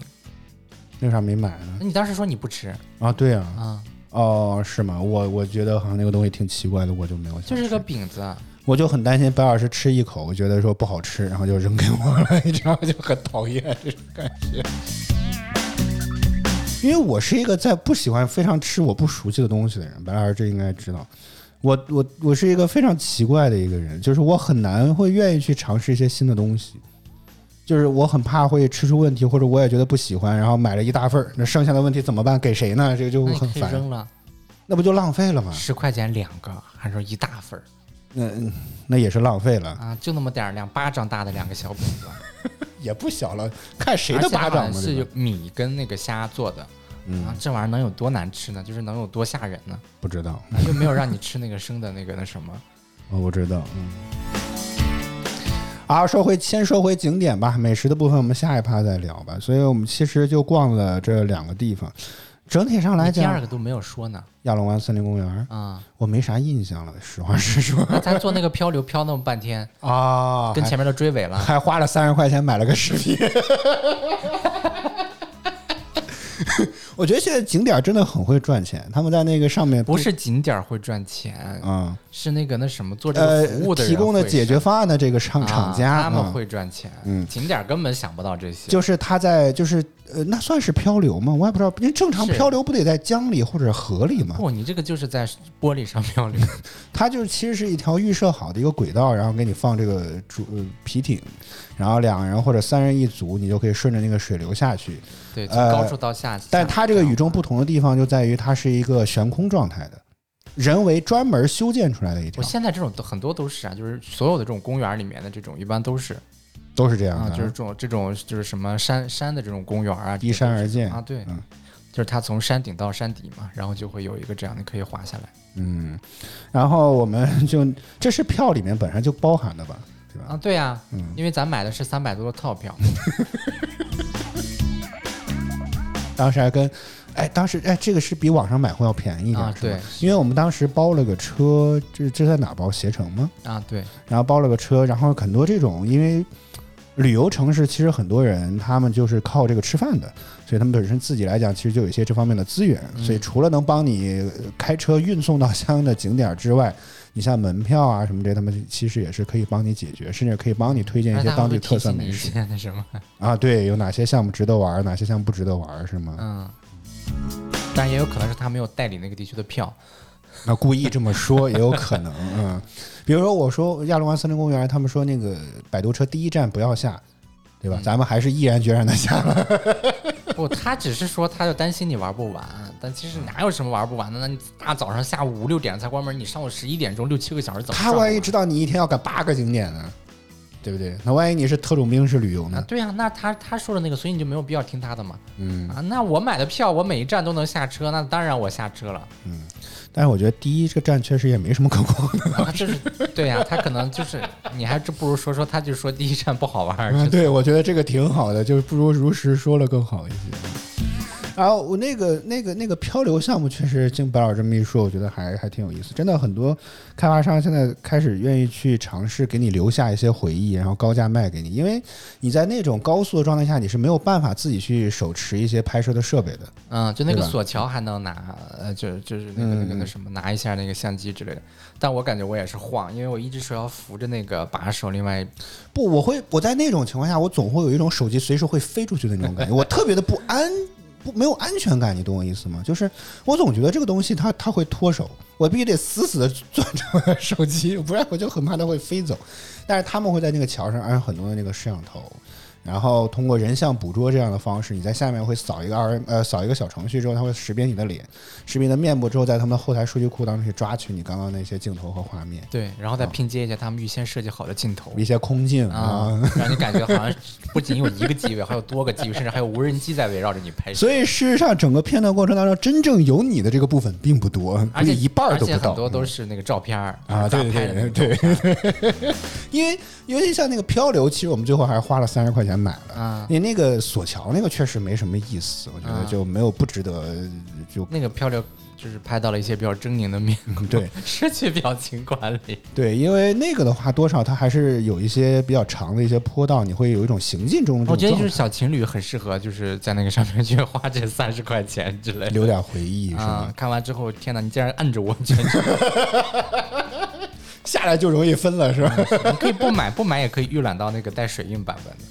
[SPEAKER 3] 为啥没买呢？
[SPEAKER 2] 你当时说你不吃
[SPEAKER 3] 啊，对啊，
[SPEAKER 2] 啊，
[SPEAKER 3] 哦，是吗？我我觉得好像那个东西挺奇怪的，我就没有想吃。
[SPEAKER 2] 就是个饼子啊，
[SPEAKER 3] 我就很担心白老师吃一口，我觉得说不好吃，然后就扔给我了，你知道吗就很讨厌这种感觉。因为我是一个在不喜欢非常吃我不熟悉的东西的人，白老师这应该知道。我我我是一个非常奇怪的一个人，就是我很难会愿意去尝试一些新的东西，就是我很怕会吃出问题，或者我也觉得不喜欢，然后买了一大份儿，那剩下的问题怎么办？给谁呢？这个就
[SPEAKER 2] 那你
[SPEAKER 3] 很
[SPEAKER 2] 可以
[SPEAKER 3] 烦，啊
[SPEAKER 2] 扔了，
[SPEAKER 3] 那不就浪费了吗？
[SPEAKER 2] 十块钱两个，还说一大份儿
[SPEAKER 3] 那那也是浪费了，
[SPEAKER 2] 啊，就那么点儿，两巴掌大的两个小饼 子，
[SPEAKER 3] 也不小了，看谁
[SPEAKER 2] 而
[SPEAKER 3] 的
[SPEAKER 2] 且它
[SPEAKER 3] 巴掌
[SPEAKER 2] 好
[SPEAKER 3] 嘛。
[SPEAKER 2] 像
[SPEAKER 3] 对
[SPEAKER 2] 是
[SPEAKER 3] 吧
[SPEAKER 2] 有米跟那个虾做的，
[SPEAKER 3] 嗯
[SPEAKER 2] 啊，这玩意儿能有多难吃呢？就是能有多吓人呢？
[SPEAKER 3] 不知道，
[SPEAKER 2] 啊又没有让你吃那个生的那个那什 么，
[SPEAKER 3] 我不知道。嗯。啊，说回先说回景点吧，美食的部分我们下一趴再聊吧。所以我们其实就逛了这两个地方，整体上来
[SPEAKER 2] 你第二
[SPEAKER 3] 讲
[SPEAKER 2] 个，都没有说呢
[SPEAKER 3] 亚龙湾森林公园
[SPEAKER 2] 啊！
[SPEAKER 3] 我没啥印象了，实话 实说
[SPEAKER 2] 那咱做那个漂流漂那么半 天，
[SPEAKER 3] 啊
[SPEAKER 2] 跟前面的追尾
[SPEAKER 3] 还
[SPEAKER 2] 了，
[SPEAKER 3] 还花了三十块钱买了个视 频。我觉得现在景点真的很会赚钱，他们在那个上面
[SPEAKER 2] 不是景点儿会赚钱，
[SPEAKER 3] 嗯
[SPEAKER 2] 是那个那什么做这
[SPEAKER 3] 呃
[SPEAKER 2] 个服务的人
[SPEAKER 3] 提供的
[SPEAKER 2] 会
[SPEAKER 3] 解决
[SPEAKER 2] 赚
[SPEAKER 3] 方案的这个厂
[SPEAKER 2] 啊
[SPEAKER 3] 厂家，
[SPEAKER 2] 他
[SPEAKER 3] 嗯
[SPEAKER 2] 们会赚钱，景点儿根本想不到这些，
[SPEAKER 3] 就是他在就是呃，那算是漂流吗？我也不知道，因为正常
[SPEAKER 2] 是
[SPEAKER 3] 漂流不得在江里或者河里吗？
[SPEAKER 2] 不，哦你这个就是在玻璃上漂流，
[SPEAKER 3] 嗯它就是其实是一条预设好的一个轨道，然后给你放这个主呃皮艇，然后两个人或者三人一组，你就可以顺着那个水流下去。
[SPEAKER 2] 对，从
[SPEAKER 3] 呃
[SPEAKER 2] 高处到下。
[SPEAKER 3] 但它这个与众
[SPEAKER 2] 不。
[SPEAKER 3] 不同的地方就在于它是一个悬空状态的，人为专门修建出来的一条
[SPEAKER 2] 我，现在这种都很多都是啊，就是所有的这种公园里面的这种，一般都是
[SPEAKER 3] 都是这样
[SPEAKER 2] 啊，
[SPEAKER 3] 的，
[SPEAKER 2] 就是这种这种就是什么山山的这种公园啊，
[SPEAKER 3] 依山而建
[SPEAKER 2] 啊，对，
[SPEAKER 3] 嗯
[SPEAKER 2] 就是它从山顶到山底嘛，然后就会有一个这样的可以滑下来
[SPEAKER 3] 嗯，然后我们就这是票里面本身就包含的吧，对吧？
[SPEAKER 2] 啊，对呀、
[SPEAKER 3] 嗯
[SPEAKER 2] 因为咱买的是三百多的套票，
[SPEAKER 3] 当时还跟，哎，当时哎，这个是比网上买会要便宜一点，
[SPEAKER 2] 啊
[SPEAKER 3] 是吧
[SPEAKER 2] 对
[SPEAKER 3] 因为我们当时包了个车，这这在哪包？携程吗？
[SPEAKER 2] 啊，对，
[SPEAKER 3] 然后包了个车，然后很多这种，因为旅游城市其实很多人他们就是靠这个吃饭的，所以他们本身自己来讲，其实就有一些这方面的资源。
[SPEAKER 2] 嗯
[SPEAKER 3] 所以除了能帮你呃开车运送到相应的景点之外，你像门票啊什么这，他们其实也是可以帮你解决，甚至可以帮你推荐一
[SPEAKER 2] 而
[SPEAKER 3] 些
[SPEAKER 2] 且它
[SPEAKER 3] 当
[SPEAKER 2] 会
[SPEAKER 3] 地特
[SPEAKER 2] 提
[SPEAKER 3] 色
[SPEAKER 2] 醒你
[SPEAKER 3] 美
[SPEAKER 2] 一
[SPEAKER 3] 食
[SPEAKER 2] 些那什么，
[SPEAKER 3] 啊。对，有哪些项目值得玩，哪些项目不值得玩，是吗？
[SPEAKER 2] 嗯，但也有可能是他没有代理那个地区的票，
[SPEAKER 3] 那故意这么说也有可能，嗯，比如说我说亚龙湾森林公园，他们说那个摆渡车第一站不要下，对吧？咱们还是毅然决然的下了。
[SPEAKER 2] 不，他只是说他就担心你玩不完，但其实哪有什么玩不完的？那你大早上下午五六点才关门，你上午十一点钟六七个小时怎么
[SPEAKER 3] 他
[SPEAKER 2] 转
[SPEAKER 3] 万一
[SPEAKER 2] 完
[SPEAKER 3] 知道你一天要赶八个景点呢，对不对？那万一你是特种兵式旅游
[SPEAKER 2] 啊
[SPEAKER 3] 呢？？
[SPEAKER 2] 对呀、那他他说的那个，所以你就没有必要听他的嘛。
[SPEAKER 3] 嗯，
[SPEAKER 2] 啊，那我买的票，我每一站都能下车，那当然我下车了。
[SPEAKER 3] 但是我觉得第一这个站确实也没什么可 逛的。
[SPEAKER 2] 啊，就是对呀、他可能就是你还不如说说，他就说第一站不好玩儿，
[SPEAKER 3] 嗯，
[SPEAKER 2] 是
[SPEAKER 3] 对，我觉得这个挺好的，就是不如如实说了更好一些。然后我那个那个那个漂流项目，确实经白老师这么一说，我觉得还还挺有意思。真的，很多开发商现在开始愿意去尝试给你留下一些回忆，然后高价卖给你，因为你在那种高速的状态下，你是没有办法自己去手持一些拍摄的设备的。
[SPEAKER 2] 嗯，就那个
[SPEAKER 3] 对吧嗯
[SPEAKER 2] 索桥还能拿，呃，就就是那个那个那什么，拿一下那个相机之类的。但我感觉我也是晃，因为我一只手要扶着那个把手，另外一
[SPEAKER 3] 不，我会我在那种情况下，我总会有一种手机随时会飞出去的那种感觉，我特别的不安，不没有安全感，你懂我意思吗？就是我总觉得这个东西它它会脱手，我必须得死死的攥着我的手机，不然我就很怕它会飞走。但是他们会在那个桥上安很多的那个摄像头。然后通过人像捕捉这样的方式，你在下面会扫一个二呃扫一个小程序之后，它会识别你的脸，识别你的面部之后，在他们的后台数据库当中去抓取你刚刚那些镜头和画面，
[SPEAKER 2] 对，然后再拼接一下他们预先设计好的镜头
[SPEAKER 3] 一些空镜
[SPEAKER 2] 啊， 让你感觉好像不仅有一个机位，还有多个机位，甚至还有无人机在围绕着你拍摄。
[SPEAKER 3] 所以事实上，整个片段过程当中，真正有你的这个部分并不多，
[SPEAKER 2] 而
[SPEAKER 3] 估
[SPEAKER 2] 且
[SPEAKER 3] 计一半儿都
[SPEAKER 2] 而且很
[SPEAKER 3] 不到。嗯
[SPEAKER 2] 多都是那个照片儿
[SPEAKER 3] 啊，对
[SPEAKER 2] 就是抓拍的那
[SPEAKER 3] 对
[SPEAKER 2] 种
[SPEAKER 3] 对对， 因为尤其像那个漂流，其实我们最后还是花了三十块钱买了。
[SPEAKER 2] 啊
[SPEAKER 3] 你那个索桥那个确实没什么意思，我觉得
[SPEAKER 2] 啊
[SPEAKER 3] 就没有不值得就
[SPEAKER 2] 那个漂流就是拍到了一些比较狰狞的面，
[SPEAKER 3] 对，
[SPEAKER 2] 失去表情管理。
[SPEAKER 3] 对，因为那个的话，多少它还是有一些比较长的一些坡道，你会有一种行进中的
[SPEAKER 2] 我
[SPEAKER 3] 这
[SPEAKER 2] 觉
[SPEAKER 3] 种
[SPEAKER 2] 得就是
[SPEAKER 3] 状态，
[SPEAKER 2] 小情侣很适合，就是在那个上面去花这三十块钱之类的。
[SPEAKER 3] 留点回忆是吧？
[SPEAKER 2] 啊！看完之后，天哪！你竟然按着我 全程，
[SPEAKER 3] 下来就容易分了是吧？
[SPEAKER 2] 你可以不买，不买也可以预览到那个带水印版本的，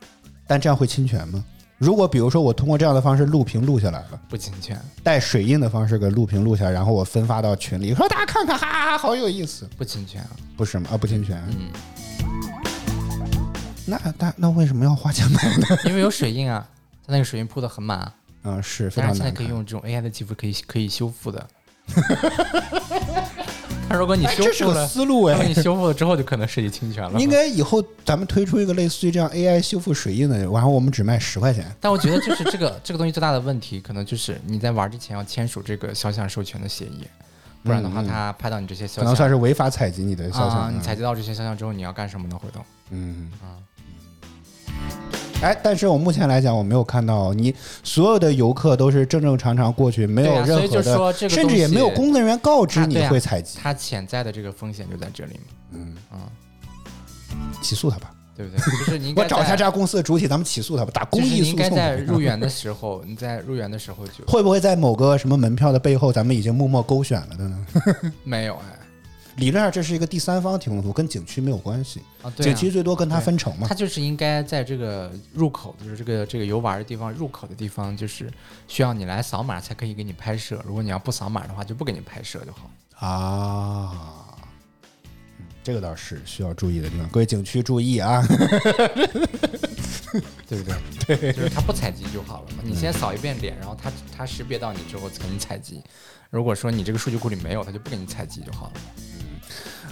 [SPEAKER 3] 但这样会侵权吗？如果比如说我通过这样的方式录屏录下来了。
[SPEAKER 2] 不侵权，
[SPEAKER 3] 带水印的方式给录屏录下来，然后我分发到群里，说大家看看，哈哈哈，好有意思，
[SPEAKER 2] 不侵 权啊！
[SPEAKER 3] 不是吗？啊，不侵权。嗯。那那那为什么要花钱买呢？
[SPEAKER 2] 因为有水印啊，它那个水印铺的很满啊，
[SPEAKER 3] 嗯，是非
[SPEAKER 2] 但是现在
[SPEAKER 3] 常难
[SPEAKER 2] 可
[SPEAKER 3] 看
[SPEAKER 2] 以。用这种 AI 的技术可以可以修复的。 他如果你
[SPEAKER 3] 哎
[SPEAKER 2] 修
[SPEAKER 3] 这是
[SPEAKER 2] 复
[SPEAKER 3] 个
[SPEAKER 2] 了，
[SPEAKER 3] 思路
[SPEAKER 2] 如果你
[SPEAKER 3] 哎。
[SPEAKER 2] 修复了之后，就可能涉及侵权了。
[SPEAKER 3] 应该以后咱们推出一个类似于这样 AI 修复水印的，然后我们只卖十块钱。
[SPEAKER 2] 但我觉得就是这个这个东西最大的问题，可能就是你在玩之前要签署这个肖像授权的协议，不然的话，
[SPEAKER 3] 嗯嗯
[SPEAKER 2] 他拍到你这些肖
[SPEAKER 3] 可能
[SPEAKER 2] 像
[SPEAKER 3] 算是违法采集你的肖
[SPEAKER 2] 啊，
[SPEAKER 3] 像。
[SPEAKER 2] 你采集到这些肖像之后，你要干什么呢？回头
[SPEAKER 3] 嗯
[SPEAKER 2] 啊
[SPEAKER 3] 哎，但是我目前来讲，我没有看到你所有的游客都是正正常常过去，没
[SPEAKER 2] 对
[SPEAKER 3] 有
[SPEAKER 2] 啊所
[SPEAKER 3] 任
[SPEAKER 2] 以就
[SPEAKER 3] 何的，
[SPEAKER 2] 说这个
[SPEAKER 3] 甚
[SPEAKER 2] 东
[SPEAKER 3] 至也没有
[SPEAKER 2] 西
[SPEAKER 3] 工作人员告知
[SPEAKER 2] 啊
[SPEAKER 3] 你
[SPEAKER 2] 对啊
[SPEAKER 3] 会采集。
[SPEAKER 2] 它潜在的这个风险就在这里嘛，
[SPEAKER 3] 嗯，
[SPEAKER 2] 啊，
[SPEAKER 3] 起诉他吧。
[SPEAKER 2] 对不对？就是你应该
[SPEAKER 3] 我找一下
[SPEAKER 2] 在
[SPEAKER 3] 这家公司的主体，咱们起诉他吧，打公
[SPEAKER 2] 就是
[SPEAKER 3] 益
[SPEAKER 2] 你
[SPEAKER 3] 诉
[SPEAKER 2] 应
[SPEAKER 3] 讼。
[SPEAKER 2] 该在入园的时候， 你在入园的时候就
[SPEAKER 3] 会不会在某个什么门票的背后，咱们已经默默勾选了的呢？
[SPEAKER 2] 没有哎
[SPEAKER 3] 理论上这是一个第三方提供的服务，跟景区没有关系，
[SPEAKER 2] 啊，对
[SPEAKER 3] 景
[SPEAKER 2] 啊
[SPEAKER 3] 区最多跟他分成嘛
[SPEAKER 2] 它。就是应该在这个入口，就是这个这个游玩的地方入口的地方，就是需要你来扫码才可以给你拍摄。如果你要不扫码的话，就不给你拍摄就好。
[SPEAKER 3] 啊，嗯这个倒是需要注意的地方，各位景区注意啊！
[SPEAKER 2] 对不对？对，就是它不采集就好了嘛。你先扫一遍脸，然后它它识别到你之后给你采集。如果说你这个数据库里没有，它就不给你采集就好了。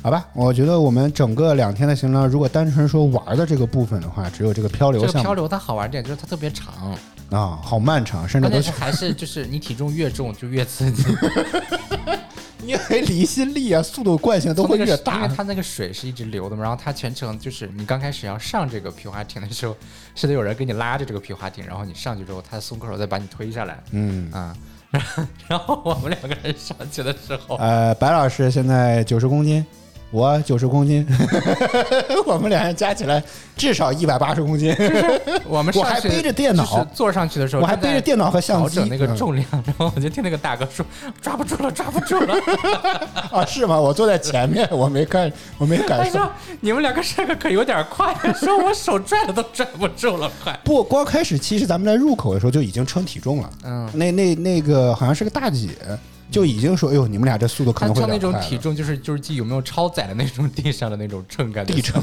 [SPEAKER 3] 好吧，我觉得我们整个两天的行程，如果单纯说玩的这个部分的话，只有这个漂
[SPEAKER 2] 这
[SPEAKER 3] 流
[SPEAKER 2] 个
[SPEAKER 3] 项
[SPEAKER 2] 漂
[SPEAKER 3] 目
[SPEAKER 2] 流它好玩点就是它特别长，
[SPEAKER 3] 啊，好漫长，甚至
[SPEAKER 2] 关
[SPEAKER 3] 都
[SPEAKER 2] 键是 还是就是你体重越重就越刺激，
[SPEAKER 3] 因为离心力啊、速度惯性都会
[SPEAKER 2] 从那个
[SPEAKER 3] 越
[SPEAKER 2] 水
[SPEAKER 3] 大
[SPEAKER 2] 因为它那个水是一直流的嘛，然后它全程就是你刚开始要上这个皮划艇的时候，是得有人给你拉着这个皮划艇，然后你上去之后，它松口再把你推下来，
[SPEAKER 3] 嗯
[SPEAKER 2] 啊、然后我们两个人上去的时候，
[SPEAKER 3] 呃，白老师现在九十公斤，我九十公斤， 我们俩人加起来至少一百八十公斤。
[SPEAKER 2] 我们上
[SPEAKER 3] 我还
[SPEAKER 2] 去
[SPEAKER 3] 背着电脑
[SPEAKER 2] 就是坐上去的时候，
[SPEAKER 3] 我还背着电脑和相
[SPEAKER 2] 调
[SPEAKER 3] 机嗯
[SPEAKER 2] 整那个重量，然后我就听那个大哥说抓不住了，抓不住了，
[SPEAKER 3] 啊？是吗？我坐在前面，我没看，我没
[SPEAKER 2] 他
[SPEAKER 3] 感受。
[SPEAKER 2] 说你们两个这个可有点快，说我手拽的都拽不住了，快。
[SPEAKER 3] 不，光开始其实咱们在入口的时候就已经称体重了。
[SPEAKER 2] 嗯
[SPEAKER 3] 那那那个好像是个大姐，就已经说：“哎呦，你们俩这速度可
[SPEAKER 2] 他
[SPEAKER 3] 能会
[SPEAKER 2] 称
[SPEAKER 3] 有
[SPEAKER 2] 那
[SPEAKER 3] 点
[SPEAKER 2] 种
[SPEAKER 3] 快
[SPEAKER 2] 体
[SPEAKER 3] 了。
[SPEAKER 2] 重就是就是记有没有超载的那种地上的那种秤感觉，
[SPEAKER 3] 地秤，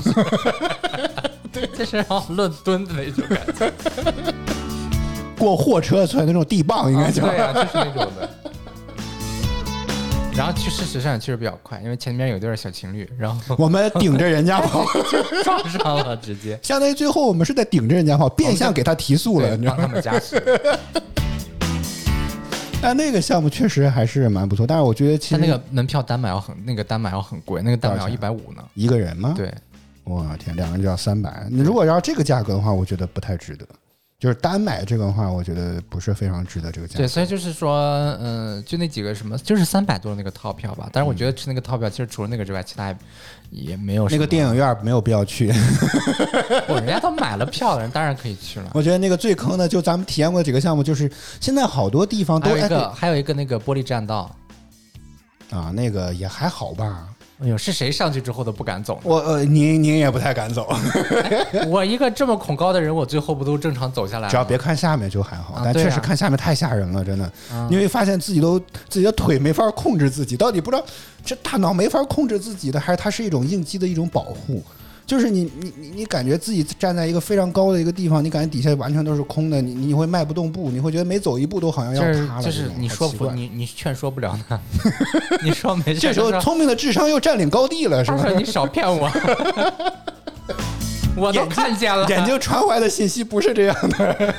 [SPEAKER 2] 对，就是然后论吨的那种感觉。”
[SPEAKER 3] 过货车村那种地 磅，应该叫。
[SPEAKER 2] 对 啊，就是那种的。然后去，事实上确实比较快，因为前面有对儿小情侣，然后
[SPEAKER 3] 我们顶着人 家跑，
[SPEAKER 2] 撞上了，直接
[SPEAKER 3] 相当于最后我们是在顶着人家跑，变相给他提速了，
[SPEAKER 2] 对
[SPEAKER 3] 你知道
[SPEAKER 2] 帮
[SPEAKER 3] 吗？
[SPEAKER 2] 他们加 速。
[SPEAKER 3] 但那个项目确实还是蛮不错，但是我觉得其
[SPEAKER 2] 他
[SPEAKER 3] 实
[SPEAKER 2] 那个门票单买要很，那个单买要很贵，那个单买要
[SPEAKER 3] 多
[SPEAKER 2] 一
[SPEAKER 3] 少啊
[SPEAKER 2] 百五呢。
[SPEAKER 3] 一个人吗？，
[SPEAKER 2] 对，
[SPEAKER 3] 我天，两个人就要三百。你如果要这个价格的话，我觉得不太值得。就是单买这个的话，我觉得不是非常值得这个价格
[SPEAKER 2] 对，。所以就是说，嗯、就那几个什么，就是三百多的那个套票吧。但是我觉得吃那个套票，其实除了那个之外，其他也也没有什
[SPEAKER 3] 嗯
[SPEAKER 2] 么。
[SPEAKER 3] 那个电影院没有必要去，
[SPEAKER 2] 不，哦人家都买了票的人当然可以去了。
[SPEAKER 3] 我觉得那个最坑的，就咱们体验过几个项目，就是现在好多地方
[SPEAKER 2] 还
[SPEAKER 3] 都
[SPEAKER 2] 有一
[SPEAKER 3] 哎
[SPEAKER 2] 个，还有一个那个玻璃栈道，
[SPEAKER 3] 对啊，那个也还好吧。
[SPEAKER 2] 哎呦，是谁上去之后都不敢走呢？
[SPEAKER 3] 我呃，您您也不太敢走，
[SPEAKER 2] 啊我一个这么恐高的人，我最后不都正常走下来
[SPEAKER 3] 只要
[SPEAKER 2] 吗
[SPEAKER 3] 别看下面就还好
[SPEAKER 2] 啊，
[SPEAKER 3] 但
[SPEAKER 2] 对
[SPEAKER 3] 确
[SPEAKER 2] 啊
[SPEAKER 3] 实看下面太吓人了，真的
[SPEAKER 2] 啊。
[SPEAKER 3] 你会发现自己都自己的腿没法控制自己，到底不知道这大脑没法控制自己的，还是它是一种应激的一种保护？就是你你你你感觉自己站在一个非常高的一个地方，你感觉底下完全都是空的，你你会迈不动步，你会觉得每走一步都好像要
[SPEAKER 2] 就是
[SPEAKER 3] 塌了。
[SPEAKER 2] 就是你说
[SPEAKER 3] 服
[SPEAKER 2] 服你你劝说不了他， 你说没事，
[SPEAKER 3] 这时候
[SPEAKER 2] 他说
[SPEAKER 3] 聪明的智商又占领高地了，是
[SPEAKER 2] 他
[SPEAKER 3] 吧
[SPEAKER 2] 说？你少骗 我，我都看见了，
[SPEAKER 3] 眼睛传回来的信息不是这样的。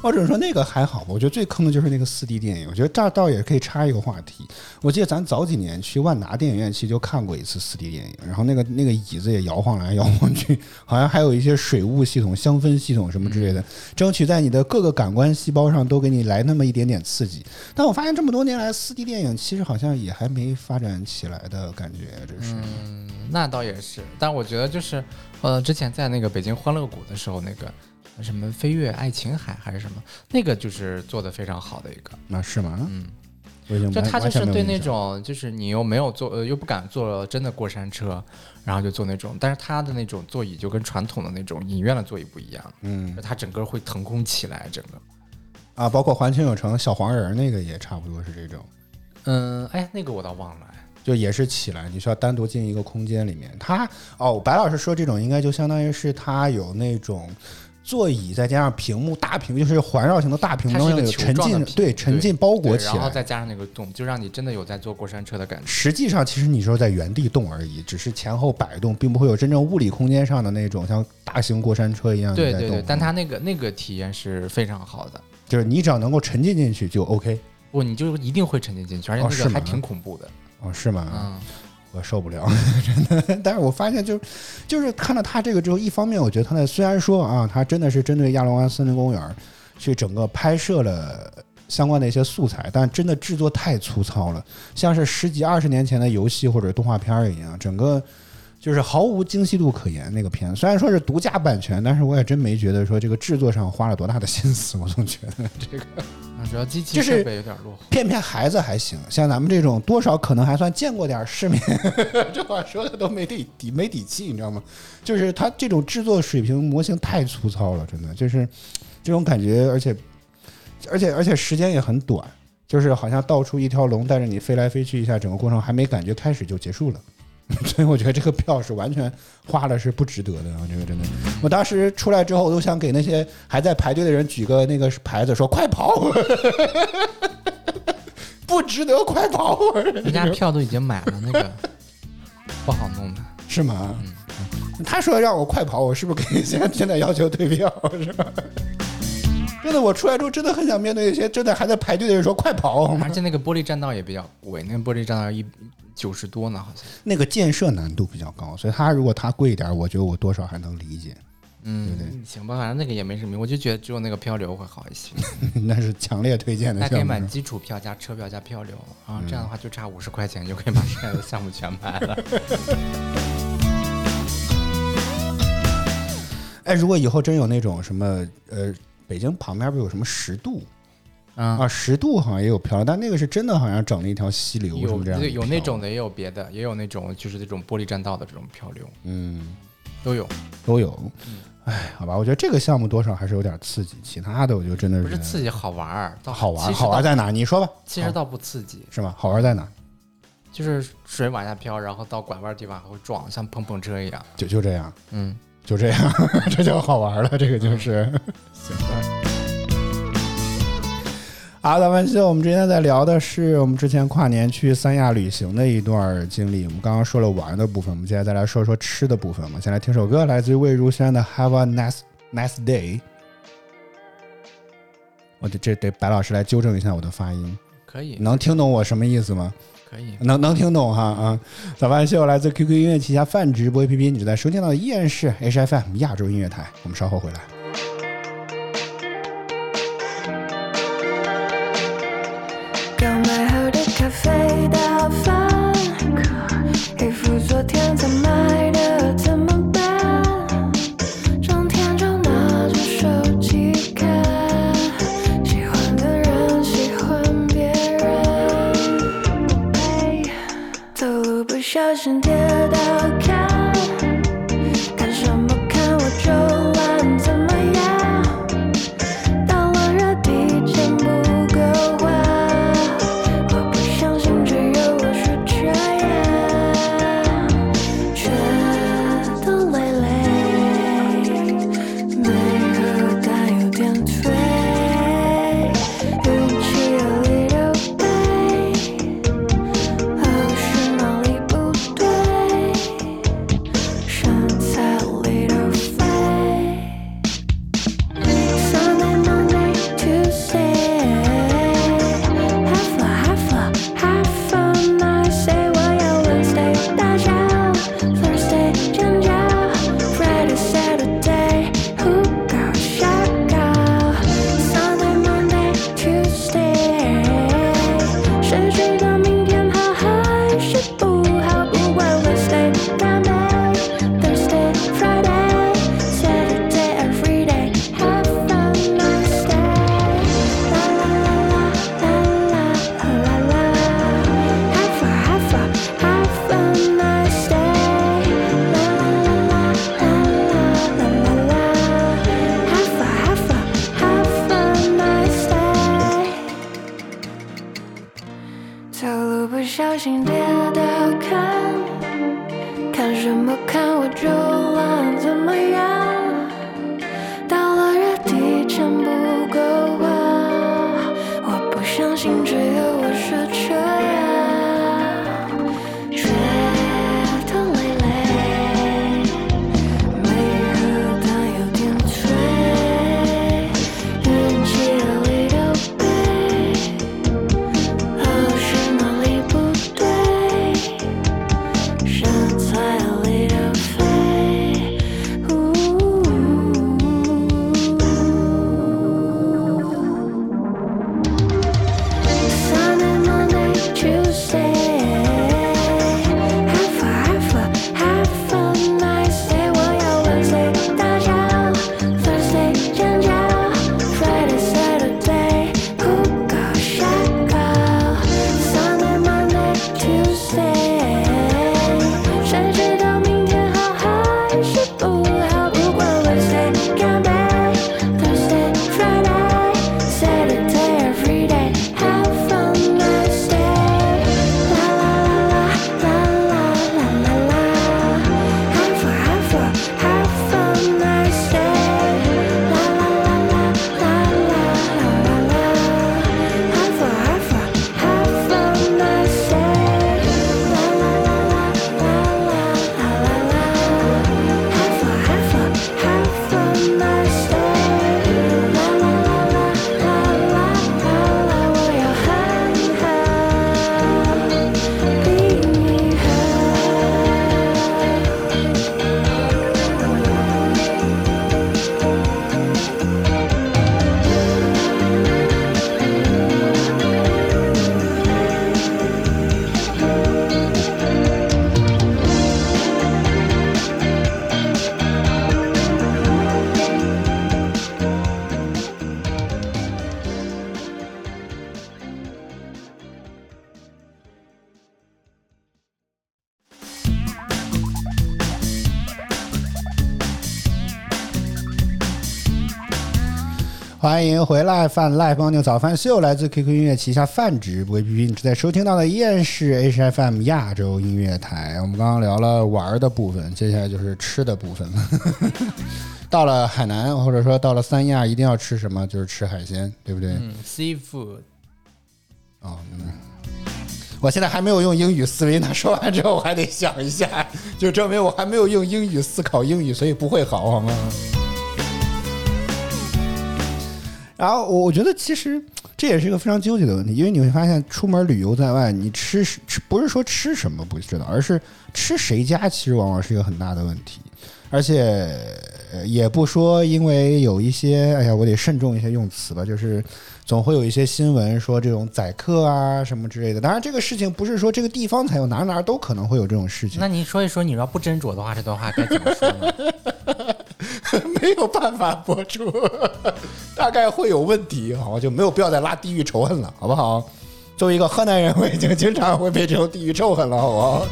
[SPEAKER 3] 我只能说那个还好吧，我觉得最坑的就是那个四 D 电影。我觉得这儿倒也可以插一个话题。我记得咱早几年去万达电影院，其实就看过一次四 D 电影，然后那个那个椅子也摇晃来摇晃去，好像还有一些水雾系统、香氛系统什么之类的，争取在你的各个感官细胞上都给你来那么一点点刺激。但我发现这么多年来，四 D 电影其实好像也还没发展起来的感觉，真是。
[SPEAKER 2] 那倒也是，但我觉得就是，呃，之前在那个北京欢乐谷的时候，那个什么飞跃爱琴海还是什么，那个就是做的非常好的一个，
[SPEAKER 3] 那啊是吗？
[SPEAKER 2] 嗯，
[SPEAKER 3] 我已经
[SPEAKER 2] 就
[SPEAKER 3] 完
[SPEAKER 2] 他就
[SPEAKER 3] 完
[SPEAKER 2] 是
[SPEAKER 3] 全没有
[SPEAKER 2] 对
[SPEAKER 3] 印
[SPEAKER 2] 那
[SPEAKER 3] 象
[SPEAKER 2] 种就是你又没有坐呃又不敢坐真的过山车，然后就坐那种，但是他的那种座椅就跟传统的那种影院的座椅不一样，
[SPEAKER 3] 嗯
[SPEAKER 2] 它整个会腾空起来，整个。
[SPEAKER 3] 啊，包括环球影城小黄人儿那个也差不多是这种，
[SPEAKER 2] 嗯，哎呀，那个我倒忘了。哎
[SPEAKER 3] 就也是起来，你需要单独进一个空间里面。它哦，白老师说这种应该就相当于是它有那种。座椅再加上屏幕，大屏幕就是环绕型的大屏幕，
[SPEAKER 2] 它是一个
[SPEAKER 3] 有
[SPEAKER 2] 球
[SPEAKER 3] 沉
[SPEAKER 2] 状的
[SPEAKER 3] 浸，
[SPEAKER 2] 屏
[SPEAKER 3] 对
[SPEAKER 2] 幕
[SPEAKER 3] 沉
[SPEAKER 2] 对
[SPEAKER 3] 浸包裹
[SPEAKER 2] 对
[SPEAKER 3] 起来。
[SPEAKER 2] 然后再加上那个洞，就让你真的有在坐过山车的感觉。
[SPEAKER 3] 实际上，其实你说在原地动而已，只是前后摆动，并不会有真正物理空间上的那种像大型过山车一样
[SPEAKER 2] 对
[SPEAKER 3] 嗯在
[SPEAKER 2] 对
[SPEAKER 3] 动
[SPEAKER 2] 对，。但它那个那个体验是非常好的，
[SPEAKER 3] 就是你只要能够沉浸进去就 OK。
[SPEAKER 2] 不，你就一定会沉浸进去，而且
[SPEAKER 3] 哦
[SPEAKER 2] 那
[SPEAKER 3] 是
[SPEAKER 2] 个
[SPEAKER 3] 吗
[SPEAKER 2] 还挺恐怖的。
[SPEAKER 3] 哦，是吗？
[SPEAKER 2] 嗯，
[SPEAKER 3] 我受不了， 真的。但是我发现就是，就是看到他这个之后，一方面我觉得他在虽然说啊，他真的是针对亚龙湾森林公园儿去整个拍摄了相关的一些素材，但真的制作太粗糙了，像是十几二十年前的游戏或者动画片儿一样，整个。就是毫无精细度可言那个片，虽然说是独家版权，但是我也真没觉得说这个制作上花了多大的心思。我总觉得这个
[SPEAKER 2] 啊主要机器
[SPEAKER 3] 就是
[SPEAKER 2] 设备有点 落后。
[SPEAKER 3] 骗骗孩子还行，像咱们这种多少可能还算见过点世面， 这话说的都没底底没底气，你知道吗？就是他这种制作水平模型太粗糙了，真的就是这种感觉，而且而且而且时间也很短，就是好像到处一条龙带着你飞来飞去一下，整个过程还没感觉开始就结束了。 所以我觉得这个票是完全花了是不值得的，我觉得真的。我当时出来之后，我都想给那些还在排队的人举个那个牌子，说快跑，不值得，快跑！
[SPEAKER 2] 人家票都已经买了，那 个不好弄的。
[SPEAKER 3] 是吗？他说让我快跑，我是不是可以现在现在要求退票？是吧？真的，我出来之后真的很想面对一些真的还在排队的人说快跑。
[SPEAKER 2] 而且那个玻璃栈道也比较贵，那个玻璃栈道一九十多呢，好像。
[SPEAKER 3] 那个建设难度比较高，所以他如果他贵一点，我觉得我多少还能理解。
[SPEAKER 2] 嗯，行吧，反正那个也没什么，我就觉得只有那个漂流会好一 些。
[SPEAKER 3] 那是强烈推荐的
[SPEAKER 2] 还可以
[SPEAKER 3] 项目
[SPEAKER 2] 买
[SPEAKER 3] 是吧。
[SPEAKER 2] 基础票加车票加漂流，然后这
[SPEAKER 3] 嗯
[SPEAKER 2] 样的话就差五十块钱就可以把剩下的项目全买 了。
[SPEAKER 3] 哎，如果以后真有那种什么呃，北京旁边不是有什么十渡
[SPEAKER 2] 嗯，
[SPEAKER 3] 啊？十渡好像也有漂流，但那个是真的，好像整了一条溪流什
[SPEAKER 2] 有
[SPEAKER 3] 么这样的
[SPEAKER 2] 有
[SPEAKER 3] 漂
[SPEAKER 2] 那种的，也有别的，也有那种就是这种玻璃栈道的这种漂流
[SPEAKER 3] 嗯。
[SPEAKER 2] 都有，
[SPEAKER 3] 都有。
[SPEAKER 2] 嗯
[SPEAKER 3] 哎，好吧，我觉得这个项目多少还是有点刺激，其他的我就真的
[SPEAKER 2] 不是刺激好玩儿，倒
[SPEAKER 3] 好玩，
[SPEAKER 2] 其实
[SPEAKER 3] 好玩
[SPEAKER 2] 倒
[SPEAKER 3] 在哦哪？你说吧，
[SPEAKER 2] 其实倒不刺激，
[SPEAKER 3] 是吗？好玩在哪？
[SPEAKER 2] 就是水往下飘，然后到拐弯的地方还会撞，像碰碰车一样。
[SPEAKER 3] 就就这样，
[SPEAKER 2] 嗯，
[SPEAKER 3] 就这样， 这就好玩了，这个就是。
[SPEAKER 2] 行吧，
[SPEAKER 3] 啊，大玩笑，我们之前在聊的是我们之前跨年去三亚旅行的一段经历。我们刚刚说了玩的部分，我们现在再来说说吃的部分嘛。先来听首歌，来自于魏如萱的《Have a Nice Nice Day》。我这这得白老师来纠正一下我的发音，
[SPEAKER 2] 可以
[SPEAKER 3] 能听懂我什么意思吗？
[SPEAKER 2] 可以，
[SPEAKER 3] 能能听懂哈啊！早饭秀来自 QQ 音乐旗下泛直播 APP，你正在收听到的依然是 HFM 亚洲音乐台。我们稍后回来。
[SPEAKER 5] 刚买好的咖啡打翻，衣服昨天才买的怎么办？整天就拿着手机看，喜欢的人喜欢别人，走路不小心跌倒看，看什么看我就玩怎么样？到了月底钱不够花，我不相信只有我是这样，觉得累累，没喝但有点醉，运气里的杯，或许哪里不对。
[SPEAKER 3] 欢迎回来，饭 Live Morning 早饭秀来自 QQ 音乐旗下泛直播 APP，你正在收听到的依然是 HFM 亚洲音乐台。我们刚刚聊了玩儿的部分，接下来就是吃的部分。 到了海南，或者说到了三亚，一定要吃什么？就是吃海鲜，对不对？
[SPEAKER 2] 嗯，seafood，
[SPEAKER 3] 哦，明白。我现在还没有用英语思维呢，说完之后我还得想一下，就证明我还没有用英语思考英语，所以不会好，好吗？然后我我觉得其实这也是一个非常纠结的问题，因为你会发现出门旅游在外，你吃是吃不是说吃什么不知道，而是吃谁家其实往往是一个很大的问题，而且呃也不说因为有一些哎呀我得慎重一些用词吧，就是总会有一些新闻说这种宰客啊什么之类的。当然这个事情不是说这个地方才有，哪儿哪儿都可能会有这种事情
[SPEAKER 2] 那。你说一说，你要不斟酌的话，这段话该怎么说 呢？
[SPEAKER 3] 没有办法播出， 大概会有问题，好吧，就没有必要再拉地域仇恨了，好不好？作为一个河南人，我已经经常会被这种地域仇恨了，好不好？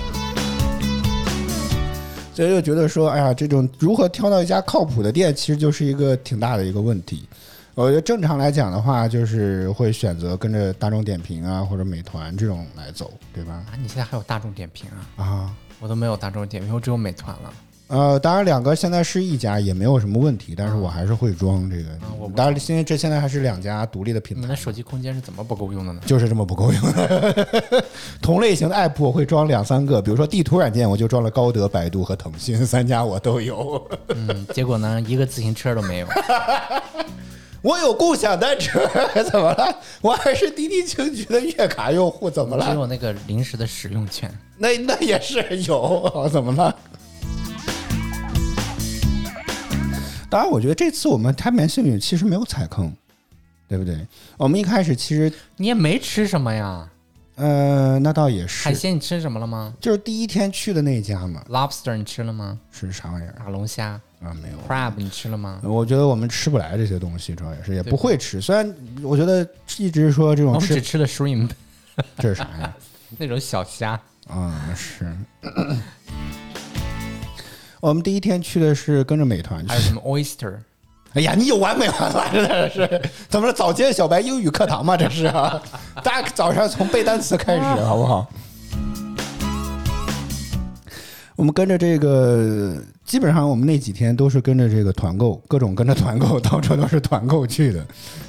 [SPEAKER 3] 所以就觉得说，哎呀，这种如何挑到一家靠谱的店，其实就是一个挺大的一个问题。我觉得正常来讲的话，就是会选择跟着大众点评啊或者美团这种来走，对吧？
[SPEAKER 2] 啊，你现在还有大众点评啊？
[SPEAKER 3] 啊，
[SPEAKER 2] 我都没有大众点评，我只有美团了。
[SPEAKER 3] 呃，当然两个现在是一家，也没有什么问题，但是我还是会装这个。
[SPEAKER 2] 啊我不
[SPEAKER 3] 当然，现在这现在还是两家独立的品
[SPEAKER 2] 你
[SPEAKER 3] 牌
[SPEAKER 2] 们的，手机空间是怎么不够用的呢？
[SPEAKER 3] 就是这么不够用。 同类型的 app 我会装两三个，比如说地图软件，我就装了高德、百度和腾讯三家，我都有。
[SPEAKER 2] 嗯，结果呢，一个自行车都没有。
[SPEAKER 3] 我有共享单车，怎么了？我还是滴滴青桔的月卡用户，怎么
[SPEAKER 2] 只
[SPEAKER 3] 了？
[SPEAKER 2] 有那个临时的使用券。
[SPEAKER 3] 那那也是有，哦怎么了？当然，我觉得这次我们开门幸运其实没有踩坑，对不对？我们一开始其实，
[SPEAKER 2] 你也没吃什么呀？
[SPEAKER 3] 呃，那倒也
[SPEAKER 2] 海
[SPEAKER 3] 是，
[SPEAKER 2] 鲜你吃什么了吗
[SPEAKER 3] 就是第一天去的那家嘛，
[SPEAKER 2] ？Lobster 你吃了吗？
[SPEAKER 3] 是啥玩意儿
[SPEAKER 2] 大龙虾
[SPEAKER 3] 啊？没有。
[SPEAKER 2] crab 你吃了吗？
[SPEAKER 3] 我觉得我们吃不来这些东西，主要也是也
[SPEAKER 2] 对
[SPEAKER 3] 不会吃。虽然我觉得一直说这
[SPEAKER 2] 我
[SPEAKER 3] 种
[SPEAKER 2] 们只
[SPEAKER 3] 吃
[SPEAKER 2] 吃了 shrimp
[SPEAKER 3] 这是啥呀？
[SPEAKER 2] 那种小虾。
[SPEAKER 3] 啊、是。 我们第一天去的是跟着美团去
[SPEAKER 2] 还有，什么 oyster？
[SPEAKER 3] 哎呀，你有完没完 了？真的是怎么了？早间小白英语课堂嘛，这是啊！大家早上从背单词开始，好不好？我们跟着这个，基本上我们那几天都是跟着这个团购，各种跟着团购，到处都是团购去的。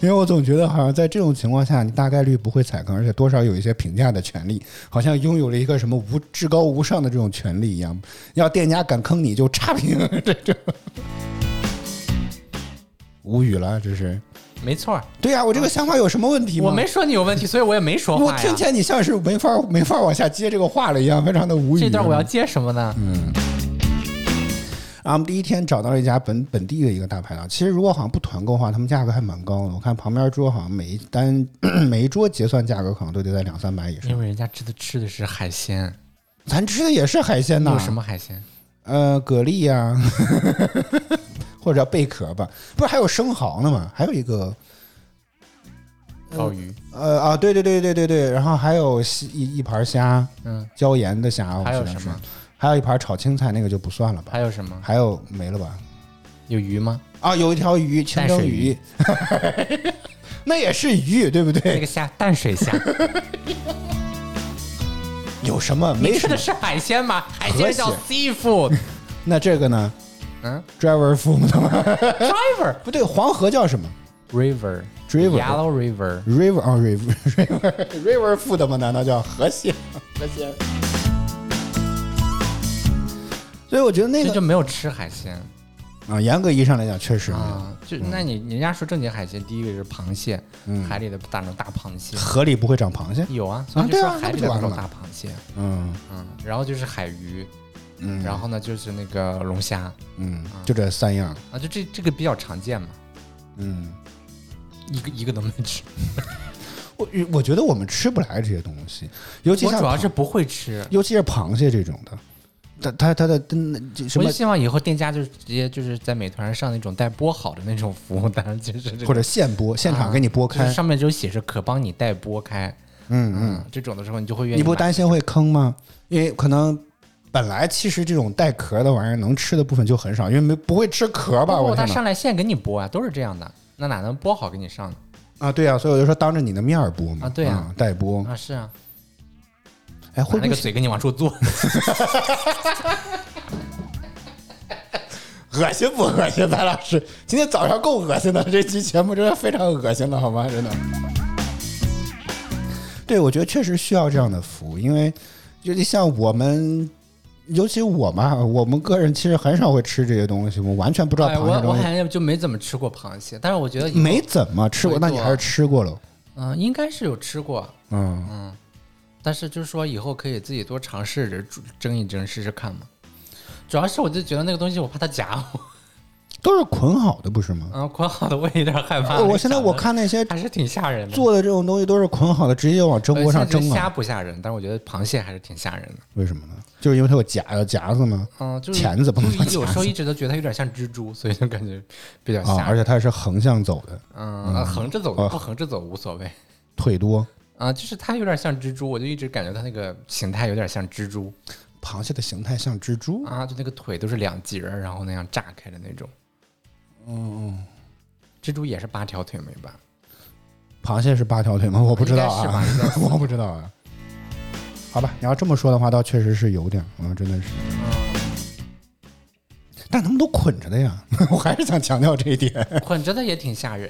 [SPEAKER 3] 因为我总觉得好像在这种情况下，你大概率不会踩坑，而且多少有一些评价的权利，好像拥有了一个什么无至高无上的这种权利一样。要店家敢坑你就差评， 这这无语了，这是。
[SPEAKER 2] 没错儿，
[SPEAKER 3] 对呀、我这个想法有什么问题吗？
[SPEAKER 2] 嗯我没说你有问题，所以我也没说
[SPEAKER 3] 我
[SPEAKER 2] 话呀
[SPEAKER 3] 听。起来你像是没法没法往下接这个话了一样，非常的无语。
[SPEAKER 2] 这段我要接什么呢？
[SPEAKER 3] 啊，我们第一天找到了一家本本地的一个大排档。其实如果好像不团购的话，他们价格还蛮高的。我看旁边桌好像每一单 每一桌结算价格可能都得在两三百以上
[SPEAKER 2] 因。为人家吃的吃的是海鲜，
[SPEAKER 3] 咱吃的也是海鲜呐，
[SPEAKER 2] 有什么海鲜？
[SPEAKER 3] 呃蛤蜊呀、 或者叫贝壳吧，不是还有生蚝呢吗？还有一个
[SPEAKER 2] 鲍鱼，
[SPEAKER 3] 呃啊，对对对对对对，然后还有西一一盘虾，
[SPEAKER 2] 嗯，
[SPEAKER 3] 椒盐的虾，我
[SPEAKER 2] 还有
[SPEAKER 3] 记得
[SPEAKER 2] 什
[SPEAKER 3] 是
[SPEAKER 2] 么？
[SPEAKER 3] 还有一盘炒青菜，那个就不算了吧。
[SPEAKER 2] 还有什么？
[SPEAKER 3] 还有没了吧？
[SPEAKER 2] 有鱼吗？
[SPEAKER 3] 啊，有一条鱼，清蒸鱼， 那也是鱼，对不
[SPEAKER 2] 那
[SPEAKER 3] 对
[SPEAKER 2] 个？虾，淡水 虾。
[SPEAKER 3] 有什么？没
[SPEAKER 2] 你
[SPEAKER 3] 什
[SPEAKER 2] 吃
[SPEAKER 3] 么
[SPEAKER 2] 的。是海鲜吗？海鲜叫
[SPEAKER 3] 和
[SPEAKER 2] seafood
[SPEAKER 3] 那这个呢
[SPEAKER 2] 嗯
[SPEAKER 3] ？Driver food
[SPEAKER 2] driver
[SPEAKER 3] 不对，黄河叫什么
[SPEAKER 2] river
[SPEAKER 3] River
[SPEAKER 2] yellow river
[SPEAKER 3] ？River 啊，River River River food 吗？难道叫河蟹？河蟹。所以我觉得那
[SPEAKER 2] 这就
[SPEAKER 3] 个
[SPEAKER 2] 没有吃海鲜
[SPEAKER 3] 啊，严格意义上来讲，确实没有
[SPEAKER 2] 啊。就
[SPEAKER 3] 嗯
[SPEAKER 2] 那你人家说正经海鲜，第一个是螃蟹，海里的大那种大螃蟹
[SPEAKER 3] 河里不会长螃蟹。
[SPEAKER 2] 有啊，所以就
[SPEAKER 3] 嗯对啊
[SPEAKER 2] 说海里
[SPEAKER 3] 那
[SPEAKER 2] 的
[SPEAKER 3] 不
[SPEAKER 2] 那
[SPEAKER 3] 就
[SPEAKER 2] 种
[SPEAKER 3] 完
[SPEAKER 2] 大
[SPEAKER 3] 了
[SPEAKER 2] 螃蟹，
[SPEAKER 3] 嗯
[SPEAKER 2] 嗯，然后就是海鱼，嗯，然后呢就是那个龙虾啊，
[SPEAKER 3] 嗯，就这三样。
[SPEAKER 2] 就这这个比较常见嘛，
[SPEAKER 3] 嗯，
[SPEAKER 2] 一个一个都没吃。
[SPEAKER 3] 我我觉得我们吃不来这些东西，尤其
[SPEAKER 2] 我
[SPEAKER 3] 像
[SPEAKER 2] 主要
[SPEAKER 3] 螃
[SPEAKER 2] 是不会吃，
[SPEAKER 3] 尤其是螃蟹这种的，它它它的嗯什
[SPEAKER 2] 我
[SPEAKER 3] 么
[SPEAKER 2] 就希望以后店家就是直接就是在美团上上那种带剥好的那种服务，当然 就是这种
[SPEAKER 3] 或者现剥，现场给你剥
[SPEAKER 2] 啊就
[SPEAKER 3] 开
[SPEAKER 2] 是，上面就写着可帮你代剥开。
[SPEAKER 3] 嗯嗯，
[SPEAKER 2] 嗯，这种的时候你就会愿意买。
[SPEAKER 3] 你不担心会坑吗？因为可能本来其实这种带壳的玩意儿能吃的部分就很少，因为没不会吃壳
[SPEAKER 2] 不
[SPEAKER 3] 吧？
[SPEAKER 2] 不
[SPEAKER 3] 我
[SPEAKER 2] 哦他
[SPEAKER 3] 天哪！
[SPEAKER 2] 上来现给你剥啊，都是这样的。
[SPEAKER 6] 那哪能播好给你上呢？
[SPEAKER 3] 啊，对啊，所以我就说当着你的面儿播嘛，
[SPEAKER 6] 啊对啊
[SPEAKER 3] 嗯代播，
[SPEAKER 6] 啊，是啊，
[SPEAKER 3] 哎，会
[SPEAKER 6] 拿
[SPEAKER 3] 不
[SPEAKER 6] 那
[SPEAKER 3] 会
[SPEAKER 6] 个嘴给你往出嘬，
[SPEAKER 3] 恶心不恶心？咱俩是今天早上够恶心的，这期节目真的非常恶心了，好吗？真的。对，我觉得确实需要这样的服务，因为就你像我们，尤其我嘛，我们个人其实很少会吃这些东西，我完全不知道
[SPEAKER 6] 哎，
[SPEAKER 3] 螃蟹
[SPEAKER 6] 我
[SPEAKER 3] 这
[SPEAKER 6] 我
[SPEAKER 3] 东西。
[SPEAKER 6] 好像就没怎么吃过螃蟹，但是我觉得以后
[SPEAKER 3] 没，怎么吃过，那你还是吃过了。
[SPEAKER 6] 嗯、应该是有吃过，
[SPEAKER 3] 嗯，
[SPEAKER 6] 但是就是说以后可以自己多尝试着煮蒸一蒸试试看嘛。主要是我就觉得那个东西我怕它夹我，
[SPEAKER 3] 都是捆好的，不是吗？
[SPEAKER 6] 嗯，捆好的我也有点害怕。
[SPEAKER 3] 哎我现在我看那些
[SPEAKER 6] 还是挺吓人的，
[SPEAKER 3] 做的这种东西都是捆好的，直接往蒸
[SPEAKER 6] 呃
[SPEAKER 3] 锅上
[SPEAKER 6] 现在
[SPEAKER 3] 蒸
[SPEAKER 6] 这个虾
[SPEAKER 3] 啊？
[SPEAKER 6] 不吓人，但是我觉得螃蟹还是挺吓人的。
[SPEAKER 3] 为什么呢？就是因为它有夹有夹子吗？
[SPEAKER 6] 嗯，就是
[SPEAKER 3] 钳子不能
[SPEAKER 6] 就是
[SPEAKER 3] 放
[SPEAKER 6] 有
[SPEAKER 3] 钳
[SPEAKER 6] 时候
[SPEAKER 3] 子
[SPEAKER 6] 一直都觉得它有点像蜘蛛，所以就感觉比较
[SPEAKER 3] 啊，
[SPEAKER 6] 吓
[SPEAKER 3] 而且
[SPEAKER 6] 人。
[SPEAKER 3] 它是横向走的，
[SPEAKER 6] 嗯，呃横着走的
[SPEAKER 3] 啊
[SPEAKER 6] 不横着走无所谓。
[SPEAKER 3] 腿多。
[SPEAKER 6] 啊，就是它有点像蜘蛛，我就一直感觉它那个形态有点像蜘蛛
[SPEAKER 3] 螃蟹的形态像蜘蛛，
[SPEAKER 6] 啊，就那个腿都是两截儿，然后那样炸开的那种。嗯，蜘蛛也是八条腿没吧？
[SPEAKER 3] 螃蟹是八条腿吗？我不知道
[SPEAKER 6] 应该
[SPEAKER 3] 啊
[SPEAKER 6] 是吧应该，
[SPEAKER 3] 我不知道啊。好吧，你要这么说的话，倒确实是有点儿，啊，真的是。但他们都捆着的呀， 我还是想强调这一 点。
[SPEAKER 6] 捆着的也挺吓人。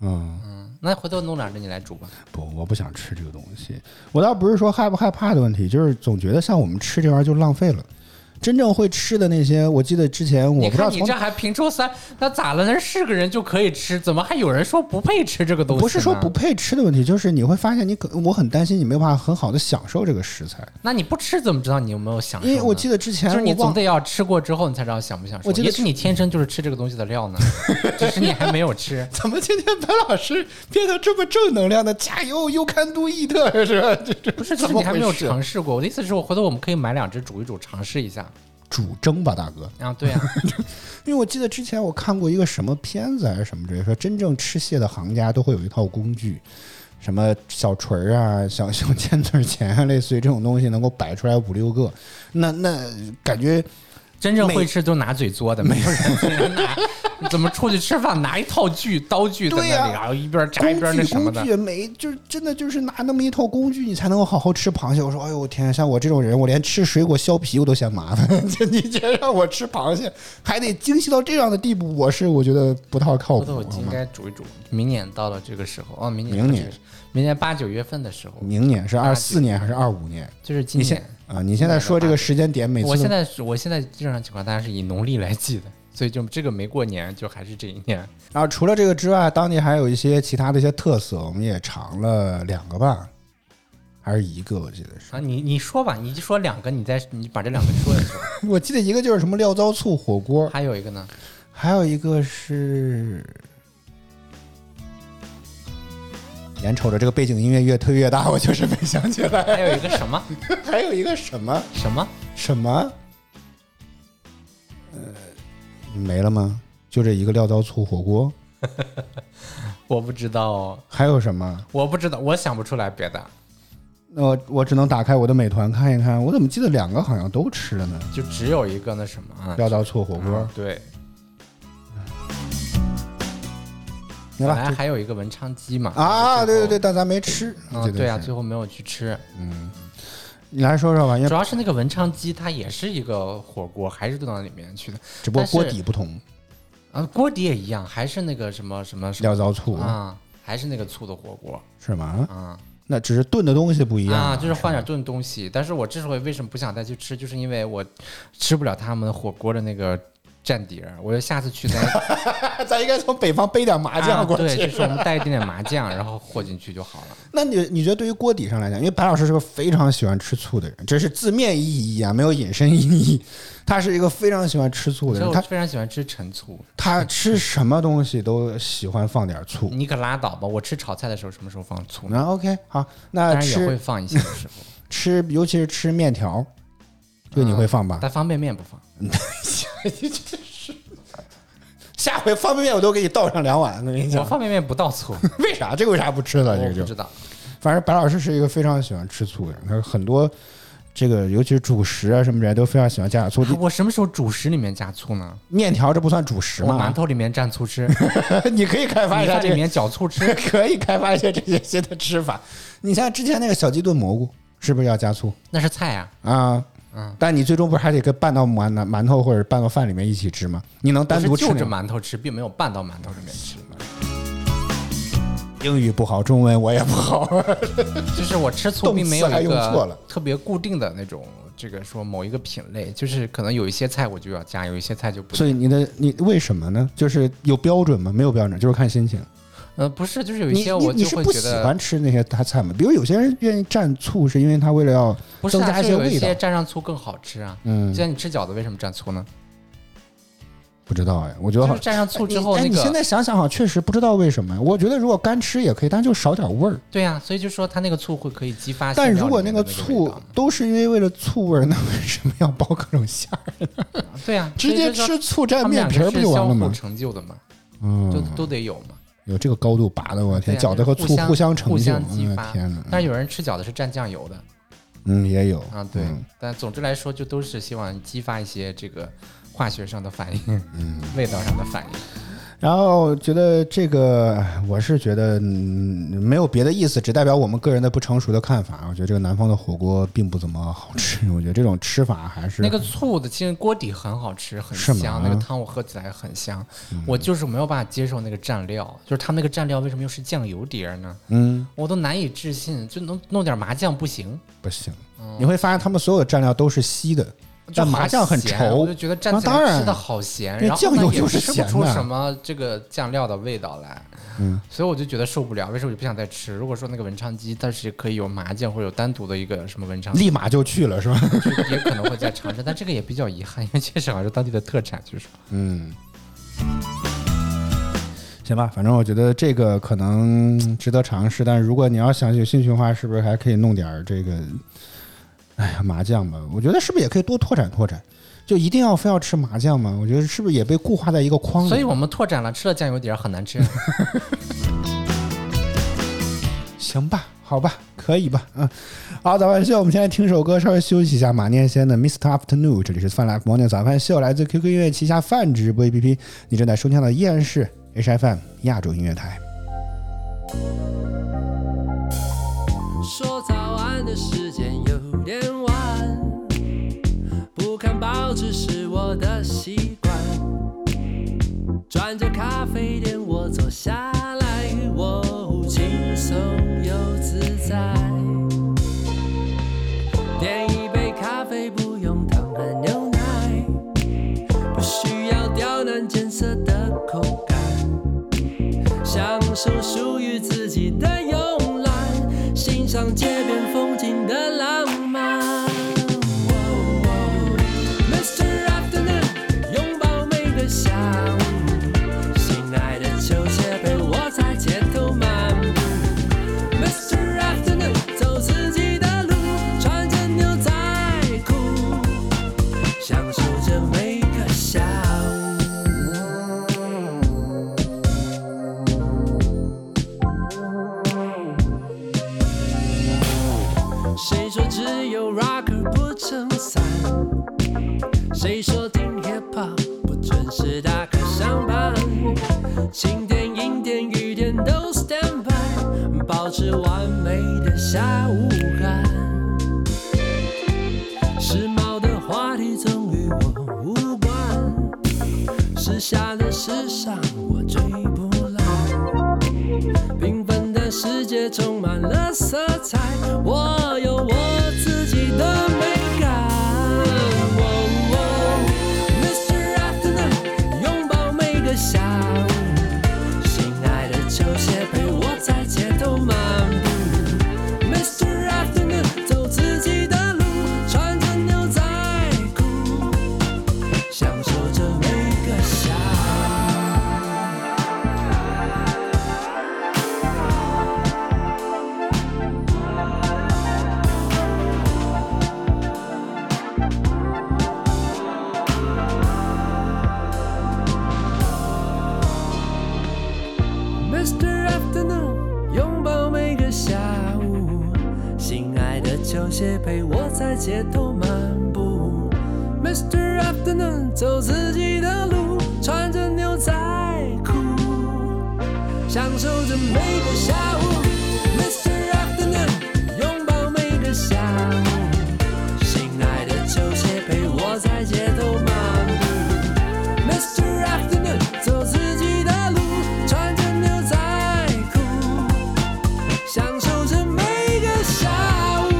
[SPEAKER 3] 嗯，
[SPEAKER 6] 那回头弄两只你来煮吧。
[SPEAKER 3] 不，我不想吃这个东西。我倒不是说害不害怕的问题，就是总觉得像我们吃这玩意儿就浪费了。真正会吃的那些，我记得之前我
[SPEAKER 6] 你
[SPEAKER 3] 不知道
[SPEAKER 6] 看你
[SPEAKER 3] 从
[SPEAKER 6] 这还评出三，那咋了？那是个人就可以吃，怎么还有人说不配吃这个东西呢？
[SPEAKER 3] 不是说不配吃的问题，就是你会发现你可我很担心你没有办法很好的享受这个食材。
[SPEAKER 6] 那你不吃怎么知道你有没有哎享受呢？
[SPEAKER 3] 因为我记得之前
[SPEAKER 6] 就是你
[SPEAKER 3] 我
[SPEAKER 6] 总
[SPEAKER 3] 忘
[SPEAKER 6] 得要吃过之后，你才知道想不想受。
[SPEAKER 3] 我记得
[SPEAKER 6] 也许你天生就是吃这个东西的料 呢，只是你还没有吃。
[SPEAKER 3] 怎么今天白老师变得这么正能量的？加油，You can do it，是吧？这这
[SPEAKER 6] 不是，就
[SPEAKER 3] 怎
[SPEAKER 6] 是
[SPEAKER 3] 么
[SPEAKER 6] 你还没有
[SPEAKER 3] 回事
[SPEAKER 6] 尝试过。我的意思是我回头我们可以买两只煮一煮，尝试一下。
[SPEAKER 3] 煮蒸吧，大哥。
[SPEAKER 6] 啊，对啊，
[SPEAKER 3] 因为我记得之前我看过一个什么片子还是什么之类，说真正吃蟹的行家都会有一套工具，什么小锤儿啊、小小 尖嘴钳啊，类似于这种东西能够摆出来五六个。那那感觉
[SPEAKER 6] 真正
[SPEAKER 3] 每
[SPEAKER 6] 会吃都拿嘴嘬的，没有人拿。怎么出去吃饭拿一套具刀具在那里，
[SPEAKER 3] 对呀
[SPEAKER 6] 然后一边炸一
[SPEAKER 3] 工
[SPEAKER 6] 边那
[SPEAKER 3] 具
[SPEAKER 6] 什么
[SPEAKER 3] 工
[SPEAKER 6] 的，
[SPEAKER 3] 具没，就是真的就是拿那么一套工具，你才能够好好吃螃蟹。我说，哎呦我天，像我这种人，我连吃水果削皮我都嫌麻烦， 这你这让我吃螃蟹，还得精细到这样的地步，我是我觉得不太靠谱。
[SPEAKER 6] 回头我应该煮一煮。明年到了这个时候，哦，明年
[SPEAKER 3] 明年
[SPEAKER 6] 不是明年八九月份的时候，
[SPEAKER 3] 明年是
[SPEAKER 6] 那
[SPEAKER 3] 二
[SPEAKER 6] 就
[SPEAKER 3] 四年还是二五年？
[SPEAKER 6] 就是今
[SPEAKER 3] 你现
[SPEAKER 6] 年。
[SPEAKER 3] 啊，你现在说这个时间点，每次
[SPEAKER 6] 嗯我
[SPEAKER 3] 都
[SPEAKER 6] 现在是我现在正常情况，大家是以农历来记的，所以就这个没过年，就还是这一年。
[SPEAKER 3] 然后除了这个之外，当地还有一些其他的一些特色，我们也尝了两个吧，还是一个，我记得是。
[SPEAKER 6] 啊，你你说吧，你就说两个，你再你把这两个说一说。
[SPEAKER 3] 我记得一个就是什么料糟醋火锅，
[SPEAKER 6] 还有一个呢，
[SPEAKER 3] 还有一个是，眼瞅着这个背景音乐越推越大，我就是没想起来。
[SPEAKER 6] 还有一个什么
[SPEAKER 3] 还有一个什么
[SPEAKER 6] 什么？
[SPEAKER 3] 什么，呃，没了吗？就这一个料糟醋火锅，
[SPEAKER 6] 我不知道哦，
[SPEAKER 3] 还有什么？
[SPEAKER 6] 我不知道，我想不出来别的，
[SPEAKER 3] 那我我只能打开我的美团看一看，我怎么记得两个好像都吃了呢？
[SPEAKER 6] 就只有一个那什么啊。
[SPEAKER 3] 料糟醋火锅
[SPEAKER 6] 嗯，对，
[SPEAKER 3] 没
[SPEAKER 6] 本
[SPEAKER 3] 了
[SPEAKER 6] 来还有一个文昌鸡嘛。
[SPEAKER 3] 啊！对对对，
[SPEAKER 6] 对。
[SPEAKER 3] 但咱没吃。
[SPEAKER 6] 啊
[SPEAKER 3] 这，个
[SPEAKER 6] 对啊，
[SPEAKER 3] 是
[SPEAKER 6] 最后没有去吃，
[SPEAKER 3] 嗯你来说说吧，因
[SPEAKER 6] 主
[SPEAKER 3] 为
[SPEAKER 6] 要是那个文昌鸡，它也是一个火锅，还是炖到里面去的
[SPEAKER 3] 只不过
[SPEAKER 6] 但是
[SPEAKER 3] 锅底不同，
[SPEAKER 6] 啊，锅底也一样，还是那个什么什么什么
[SPEAKER 3] 料糟醋
[SPEAKER 6] 啊，还是那个醋的火锅
[SPEAKER 3] 是吗？
[SPEAKER 6] 啊
[SPEAKER 3] 那只是炖的东西不一样
[SPEAKER 6] 啊， 就是换点炖东西。但是我之所以为什么不想再去吃，就是因为我吃不了他们火锅的那个蘸碟儿，我就下次去再
[SPEAKER 3] 咱应该从北方背点 麻
[SPEAKER 6] 啊
[SPEAKER 3] 酱过
[SPEAKER 6] 对，
[SPEAKER 3] 去。
[SPEAKER 6] 就是我们带一点点麻酱，然后和进去就好了。
[SPEAKER 3] 那你你觉得对于锅底上来讲，因为白老师是个非常喜欢吃醋的人，这是字面意义啊，没有引申意义。他是一个非常喜欢吃醋的
[SPEAKER 6] 所以
[SPEAKER 3] 人，
[SPEAKER 6] 我
[SPEAKER 3] 他
[SPEAKER 6] 非常喜欢吃陈醋，
[SPEAKER 3] 他吃什么东西都喜欢放点醋。
[SPEAKER 6] 你可拉倒吧！我吃炒菜的时候什么时候放醋呢？
[SPEAKER 3] 那 OK 好，那
[SPEAKER 6] 当然也会
[SPEAKER 3] 吃
[SPEAKER 6] 放一些的 时候，
[SPEAKER 3] 吃，尤其是吃面条，这你会放吧？
[SPEAKER 6] 但方便面不放。
[SPEAKER 3] 下回方便面我都给你倒上两碗，我跟你
[SPEAKER 6] 我
[SPEAKER 3] 讲，
[SPEAKER 6] 方便面不倒 醋，
[SPEAKER 3] 为啥这个为啥不吃了？
[SPEAKER 6] 我
[SPEAKER 3] 这
[SPEAKER 6] 不
[SPEAKER 3] 个
[SPEAKER 6] 知
[SPEAKER 3] 就，
[SPEAKER 6] 道。
[SPEAKER 3] 反正白老师是一个非常喜欢吃醋的人，他很多这个尤其是主食啊什么人都非常喜欢加点醋。
[SPEAKER 6] 我什么时候主食里面加醋呢？
[SPEAKER 3] 面条这不算主食
[SPEAKER 6] 我哦馒
[SPEAKER 3] 吗？
[SPEAKER 6] 头里面蘸醋吃，
[SPEAKER 3] 你可以开发一
[SPEAKER 6] 米
[SPEAKER 3] 下
[SPEAKER 6] 饭
[SPEAKER 3] 这
[SPEAKER 6] 里
[SPEAKER 3] 个
[SPEAKER 6] 面搅 醋吃。
[SPEAKER 3] 可以开发一些这些新的吃法。你像之前那个小鸡炖蘑菇，是不是要加醋
[SPEAKER 6] 那是菜啊，
[SPEAKER 3] 啊？但你最终不是还得跟拌到馒馒头或者拌到饭里面一起吃吗？你能单
[SPEAKER 6] 我是
[SPEAKER 3] 独吃
[SPEAKER 6] 就
[SPEAKER 3] 那
[SPEAKER 6] 着
[SPEAKER 3] 个？
[SPEAKER 6] 馒头吃，并没有拌到馒头里面吃。
[SPEAKER 3] 英语不好，中文我也不好。
[SPEAKER 6] 就是我吃醋并没有
[SPEAKER 3] 动词还
[SPEAKER 6] 一
[SPEAKER 3] 用错了
[SPEAKER 6] 个特别固定的那种，这个说某一个品类，就是可能有一些菜我就要加，有一些菜就不。
[SPEAKER 3] 所以你的你为什么呢？就是有标准吗？没有标准，就是看心情。
[SPEAKER 6] 呃，不是，就是有一
[SPEAKER 3] 你
[SPEAKER 6] 些
[SPEAKER 3] 你
[SPEAKER 6] 我
[SPEAKER 3] 你
[SPEAKER 6] 就是会
[SPEAKER 3] 不
[SPEAKER 6] 觉
[SPEAKER 3] 喜
[SPEAKER 6] 得
[SPEAKER 3] 欢吃那些大菜吗？比如有些人愿意蘸醋，是因为他为了要
[SPEAKER 6] 不是
[SPEAKER 3] 增
[SPEAKER 6] 啊，
[SPEAKER 3] 加一
[SPEAKER 6] 是
[SPEAKER 3] 些
[SPEAKER 6] 有
[SPEAKER 3] 味
[SPEAKER 6] 一
[SPEAKER 3] 道
[SPEAKER 6] 些蘸上醋更好吃啊。
[SPEAKER 3] 嗯
[SPEAKER 6] 就像你吃饺子为什么蘸醋呢？
[SPEAKER 3] 不知道哎，我觉
[SPEAKER 6] 就
[SPEAKER 3] 得
[SPEAKER 6] 是
[SPEAKER 3] 好
[SPEAKER 6] 蘸上醋之后
[SPEAKER 3] 哎
[SPEAKER 6] 那
[SPEAKER 3] 你现
[SPEAKER 6] 个，
[SPEAKER 3] 在想想好像确实不知道为什么。我觉得如果干吃也可以，但就少点味儿。
[SPEAKER 6] 对啊，所以就说它那个醋会可以激发。
[SPEAKER 3] 但如果那
[SPEAKER 6] 个
[SPEAKER 3] 个
[SPEAKER 6] 味
[SPEAKER 3] 醋
[SPEAKER 6] 道
[SPEAKER 3] 都是因为为了醋味儿，那为什么要包各种馅儿？
[SPEAKER 6] 对啊，
[SPEAKER 3] 直接
[SPEAKER 6] 所以就
[SPEAKER 3] 吃
[SPEAKER 6] 说
[SPEAKER 3] 醋
[SPEAKER 6] 他
[SPEAKER 3] 蘸
[SPEAKER 6] 们
[SPEAKER 3] 面
[SPEAKER 6] 两
[SPEAKER 3] 皮儿
[SPEAKER 6] 个
[SPEAKER 3] 不
[SPEAKER 6] 是
[SPEAKER 3] 就完
[SPEAKER 6] 相
[SPEAKER 3] 了
[SPEAKER 6] 互
[SPEAKER 3] 吗？
[SPEAKER 6] 成就的嘛，都
[SPEAKER 3] 嗯，
[SPEAKER 6] 都得有嘛。
[SPEAKER 3] 有这个高度拔的，我的天，
[SPEAKER 6] 对啊
[SPEAKER 3] 饺子和
[SPEAKER 6] 就是
[SPEAKER 3] 醋
[SPEAKER 6] 互
[SPEAKER 3] 相
[SPEAKER 6] 相
[SPEAKER 3] 成
[SPEAKER 6] 互
[SPEAKER 3] 就，
[SPEAKER 6] 相
[SPEAKER 3] 我
[SPEAKER 6] 激
[SPEAKER 3] 的
[SPEAKER 6] 发
[SPEAKER 3] 天哪！
[SPEAKER 6] 但是有人吃饺子是蘸酱油的，
[SPEAKER 3] 嗯，也有
[SPEAKER 6] 啊，对
[SPEAKER 3] 嗯。
[SPEAKER 6] 但总之来说，就都是希望激发一些这个化学上的反应，
[SPEAKER 3] 嗯
[SPEAKER 6] 味道上的反应。
[SPEAKER 3] 然后觉得这个，我是觉得、嗯、没有别的意思，只代表我们个人的不成熟的看法。我觉得这个南方的火锅并不怎么好吃，我觉得这种吃法还是
[SPEAKER 6] 那个醋的，其实锅底很好吃，很
[SPEAKER 3] 是吗嗯
[SPEAKER 6] 香。那个汤我喝起来很香，我就是没有办法接受那个蘸料，就是他们那个蘸料为什么又是酱油碟儿呢？
[SPEAKER 3] 嗯
[SPEAKER 6] 我都难以置信，就弄弄点麻酱不行，
[SPEAKER 3] 不行。你会发现他们所有的蘸料都是稀的，
[SPEAKER 6] 嗯就
[SPEAKER 3] 但
[SPEAKER 6] 好
[SPEAKER 3] 麻酱很
[SPEAKER 6] 咸
[SPEAKER 3] 稠
[SPEAKER 6] 我就觉得蘸
[SPEAKER 3] 啊
[SPEAKER 6] 起
[SPEAKER 3] 当
[SPEAKER 6] 来
[SPEAKER 3] 然
[SPEAKER 6] 吃的好咸，
[SPEAKER 3] 那
[SPEAKER 6] 然后呢
[SPEAKER 3] 酱油
[SPEAKER 6] 也
[SPEAKER 3] 就是
[SPEAKER 6] 吃
[SPEAKER 3] 咸
[SPEAKER 6] 不出
[SPEAKER 3] 的
[SPEAKER 6] 什么这个酱料的味道来，嗯，所以我就觉得受不了，为什么我就不想再吃？如果说那个文昌鸡，它是可以有麻酱或者有单独的一个什么文昌，
[SPEAKER 3] 立马就去了是吧？
[SPEAKER 6] 就也可能会再 尝试，但这个也比较遗憾，因为确实好像是当地的特产，就是说
[SPEAKER 3] 嗯，行吧，反正我觉得这个可能嗯值得尝试，但是如果你要想有兴趣的话，是不是还可以弄点儿这个？哎呀，麻酱吧，我觉得是不是也可以多拓展拓展？就一定要非要吃麻酱吗？我觉得是不是也被固化在一个框里？
[SPEAKER 6] 所以我们拓展了，吃了酱油碟儿很难吃。
[SPEAKER 3] 行吧，好吧，可以吧，嗯，好，早饭秀，我们先来听首歌，稍微休息一下。马念先的《Mr. Afternoon》，这里是 Fun Life Morning 早饭秀，来自 QQ 音乐旗下泛直播 APP，你正在收听的依然是 HFM 亚洲音乐台。
[SPEAKER 7] 说早安的时间有点晚，不看报纸是我的习惯。转角咖啡店，我坐下来，我轻松又自在。点一杯咖啡，不用糖和牛奶，不需要刁难艰涩的口感。享受属于自己的慵懒，欣赏街边风景的浪漫。哦哦 Mr. Afternoon，拥抱每个下午，心爱的球鞋陪我在街头漫步。Mr. Afternoon，走自己的路，穿着牛仔裤，享受着每个下午。谁说只有 rocker 不撑伞？谁说听 hip hop 不准时打卡上班？晴天、阴天、雨天都 stand by，保持完美的下午感。时髦的话题总与我无关，时下的时尚我追不来。缤纷的世界充满了色彩，我有我自己的美感。哦哦 Mr. Afternoon，拥抱每个下午，心爱的球鞋陪我在街头漫步。Mr. Afternoon，走自己的路，穿着牛仔裤，享受着每个下午。谢陪我在街头漫步。Mr. Afternoon 走自己的路，穿着牛仔裤，享受着每个下午。Mr. Afternoon 拥抱每个下午，心爱的球鞋陪我在街头漫步。Mr. Afternoon 走自己的路，穿着牛仔裤，享受着每个下午。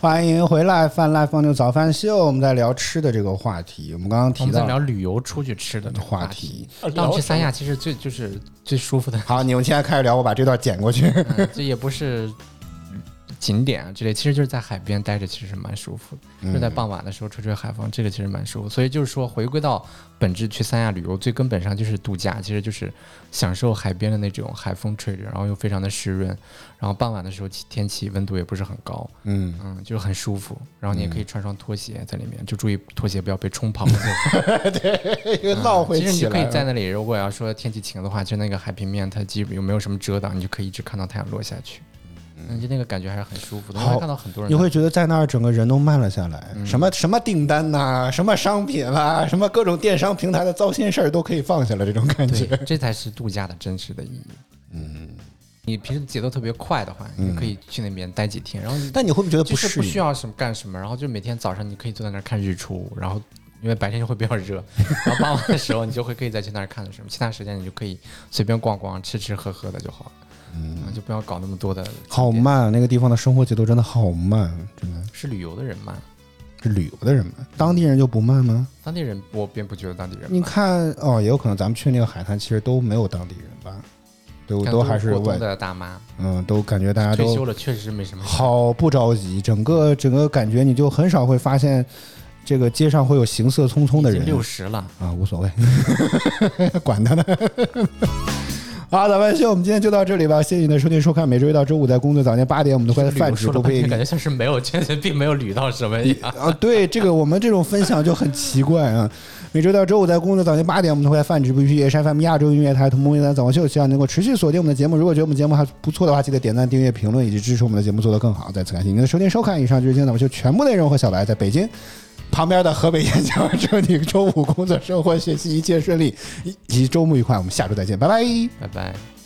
[SPEAKER 3] 欢迎回来，饭来放牛早饭秀，我们在聊吃的这个话题。我们刚刚
[SPEAKER 2] 我
[SPEAKER 3] 提
[SPEAKER 2] 们在
[SPEAKER 3] 到
[SPEAKER 2] 聊旅游出去吃的这个
[SPEAKER 3] 话
[SPEAKER 2] 题
[SPEAKER 3] 题，，
[SPEAKER 2] 那我们去三亚其实最就是最舒服的，
[SPEAKER 3] 好，你们现在开始聊，我把这段剪过 去。
[SPEAKER 2] 嗯这也不是景点啊之类，其实就是在海边待着，其实是蛮舒服的。就是
[SPEAKER 3] 嗯
[SPEAKER 2] 在傍晚的时候吹吹海风，这个其实蛮舒服。所以就是说，回归到本质，去三亚旅游最根本上就是度假，其实就是享受海边的那种海风吹着，然后又非常的湿润，然后傍晚的时候气天气温度也不是很高，
[SPEAKER 3] 嗯，
[SPEAKER 2] 嗯，就是很舒服。然后你也可以穿双拖鞋在里面，就注意拖鞋不要被冲跑。对
[SPEAKER 3] 又绕回
[SPEAKER 2] 其实你
[SPEAKER 3] 起
[SPEAKER 2] 可
[SPEAKER 3] 来
[SPEAKER 2] 以
[SPEAKER 3] 了。
[SPEAKER 2] 在那里，如果要说天气晴的话，就那个海平面它基本又没有什么遮挡，你就可以一直看到太阳落下去。嗯，就那个感觉还是很舒服的。我还
[SPEAKER 3] 好
[SPEAKER 2] 看到很多人
[SPEAKER 3] 你
[SPEAKER 2] 在
[SPEAKER 3] 会觉得在那儿整个人都慢了下来，什么什么订单呐、什么商品啦、什么各种电商平台的糟心事儿都可以放下了，这种感
[SPEAKER 2] 对
[SPEAKER 3] 觉。，
[SPEAKER 2] 这才是度假的真实的意义。嗯，你平时节奏特别快的话，你可以去那边待几天，然后你
[SPEAKER 3] 但你会不会觉得
[SPEAKER 2] 就
[SPEAKER 3] 不
[SPEAKER 2] 是
[SPEAKER 3] 适
[SPEAKER 2] 不需
[SPEAKER 3] 应？
[SPEAKER 2] 要什么干什么，然后就每天早上你可以坐在那儿看日出，然后因为白天就会比较 热，然后傍晚的时候你就会可以再去那儿看什么，其他时间你就可以随便逛逛、吃吃喝喝的就好了。嗯，就不要搞那么多的。
[SPEAKER 3] 好，慢，啊那个地方的生活节奏真的好慢，真的
[SPEAKER 2] 是旅游的人慢，
[SPEAKER 3] 是旅游的人慢，当地人就不慢吗？
[SPEAKER 2] 当地人我并不觉得当地人慢。
[SPEAKER 3] 你看哦，也有可能咱们去那个海滩，其实都没有当地人吧，都
[SPEAKER 2] 看
[SPEAKER 3] 都
[SPEAKER 2] 都
[SPEAKER 3] 还是
[SPEAKER 2] 过冬
[SPEAKER 3] 外，
[SPEAKER 2] 的大妈，
[SPEAKER 3] 嗯，都感觉大家
[SPEAKER 2] 退休
[SPEAKER 3] 都
[SPEAKER 2] 了确实没什么。
[SPEAKER 3] 好不着急，整个整个感觉你就很少会发现这个街上会有行色匆匆的人，
[SPEAKER 2] 六十了，
[SPEAKER 3] 啊，无所谓， 管他呢。好，咱们秀，我们今天就到这里吧。谢谢你的收听收看，每周一到周五在工作早间八点，我们都会在
[SPEAKER 2] 旅游
[SPEAKER 3] 饭局
[SPEAKER 2] 说了
[SPEAKER 3] 不
[SPEAKER 2] 半
[SPEAKER 3] 配
[SPEAKER 2] 天感觉像是没有， 确实并没有捋到什么一样。
[SPEAKER 3] 啊，对这个我们这种分享就很奇怪啊。每周到周五在工作早间八点，我们都会在饭局不批 H FM 亚洲音乐台同步为咱早上秀，希望能够持续锁定我们的节目。如果觉得我们节目还不错的话，记得点赞、订阅、评论以及支持我们的节目做得更好。再次感谢您的收听收看，以上就是今天咱们秀全部内容和小白在北京。旁边的河北演讲，祝你周五工作、生活、学习一切顺利，以及周末愉快。我们下周再见，拜拜。
[SPEAKER 2] 拜拜。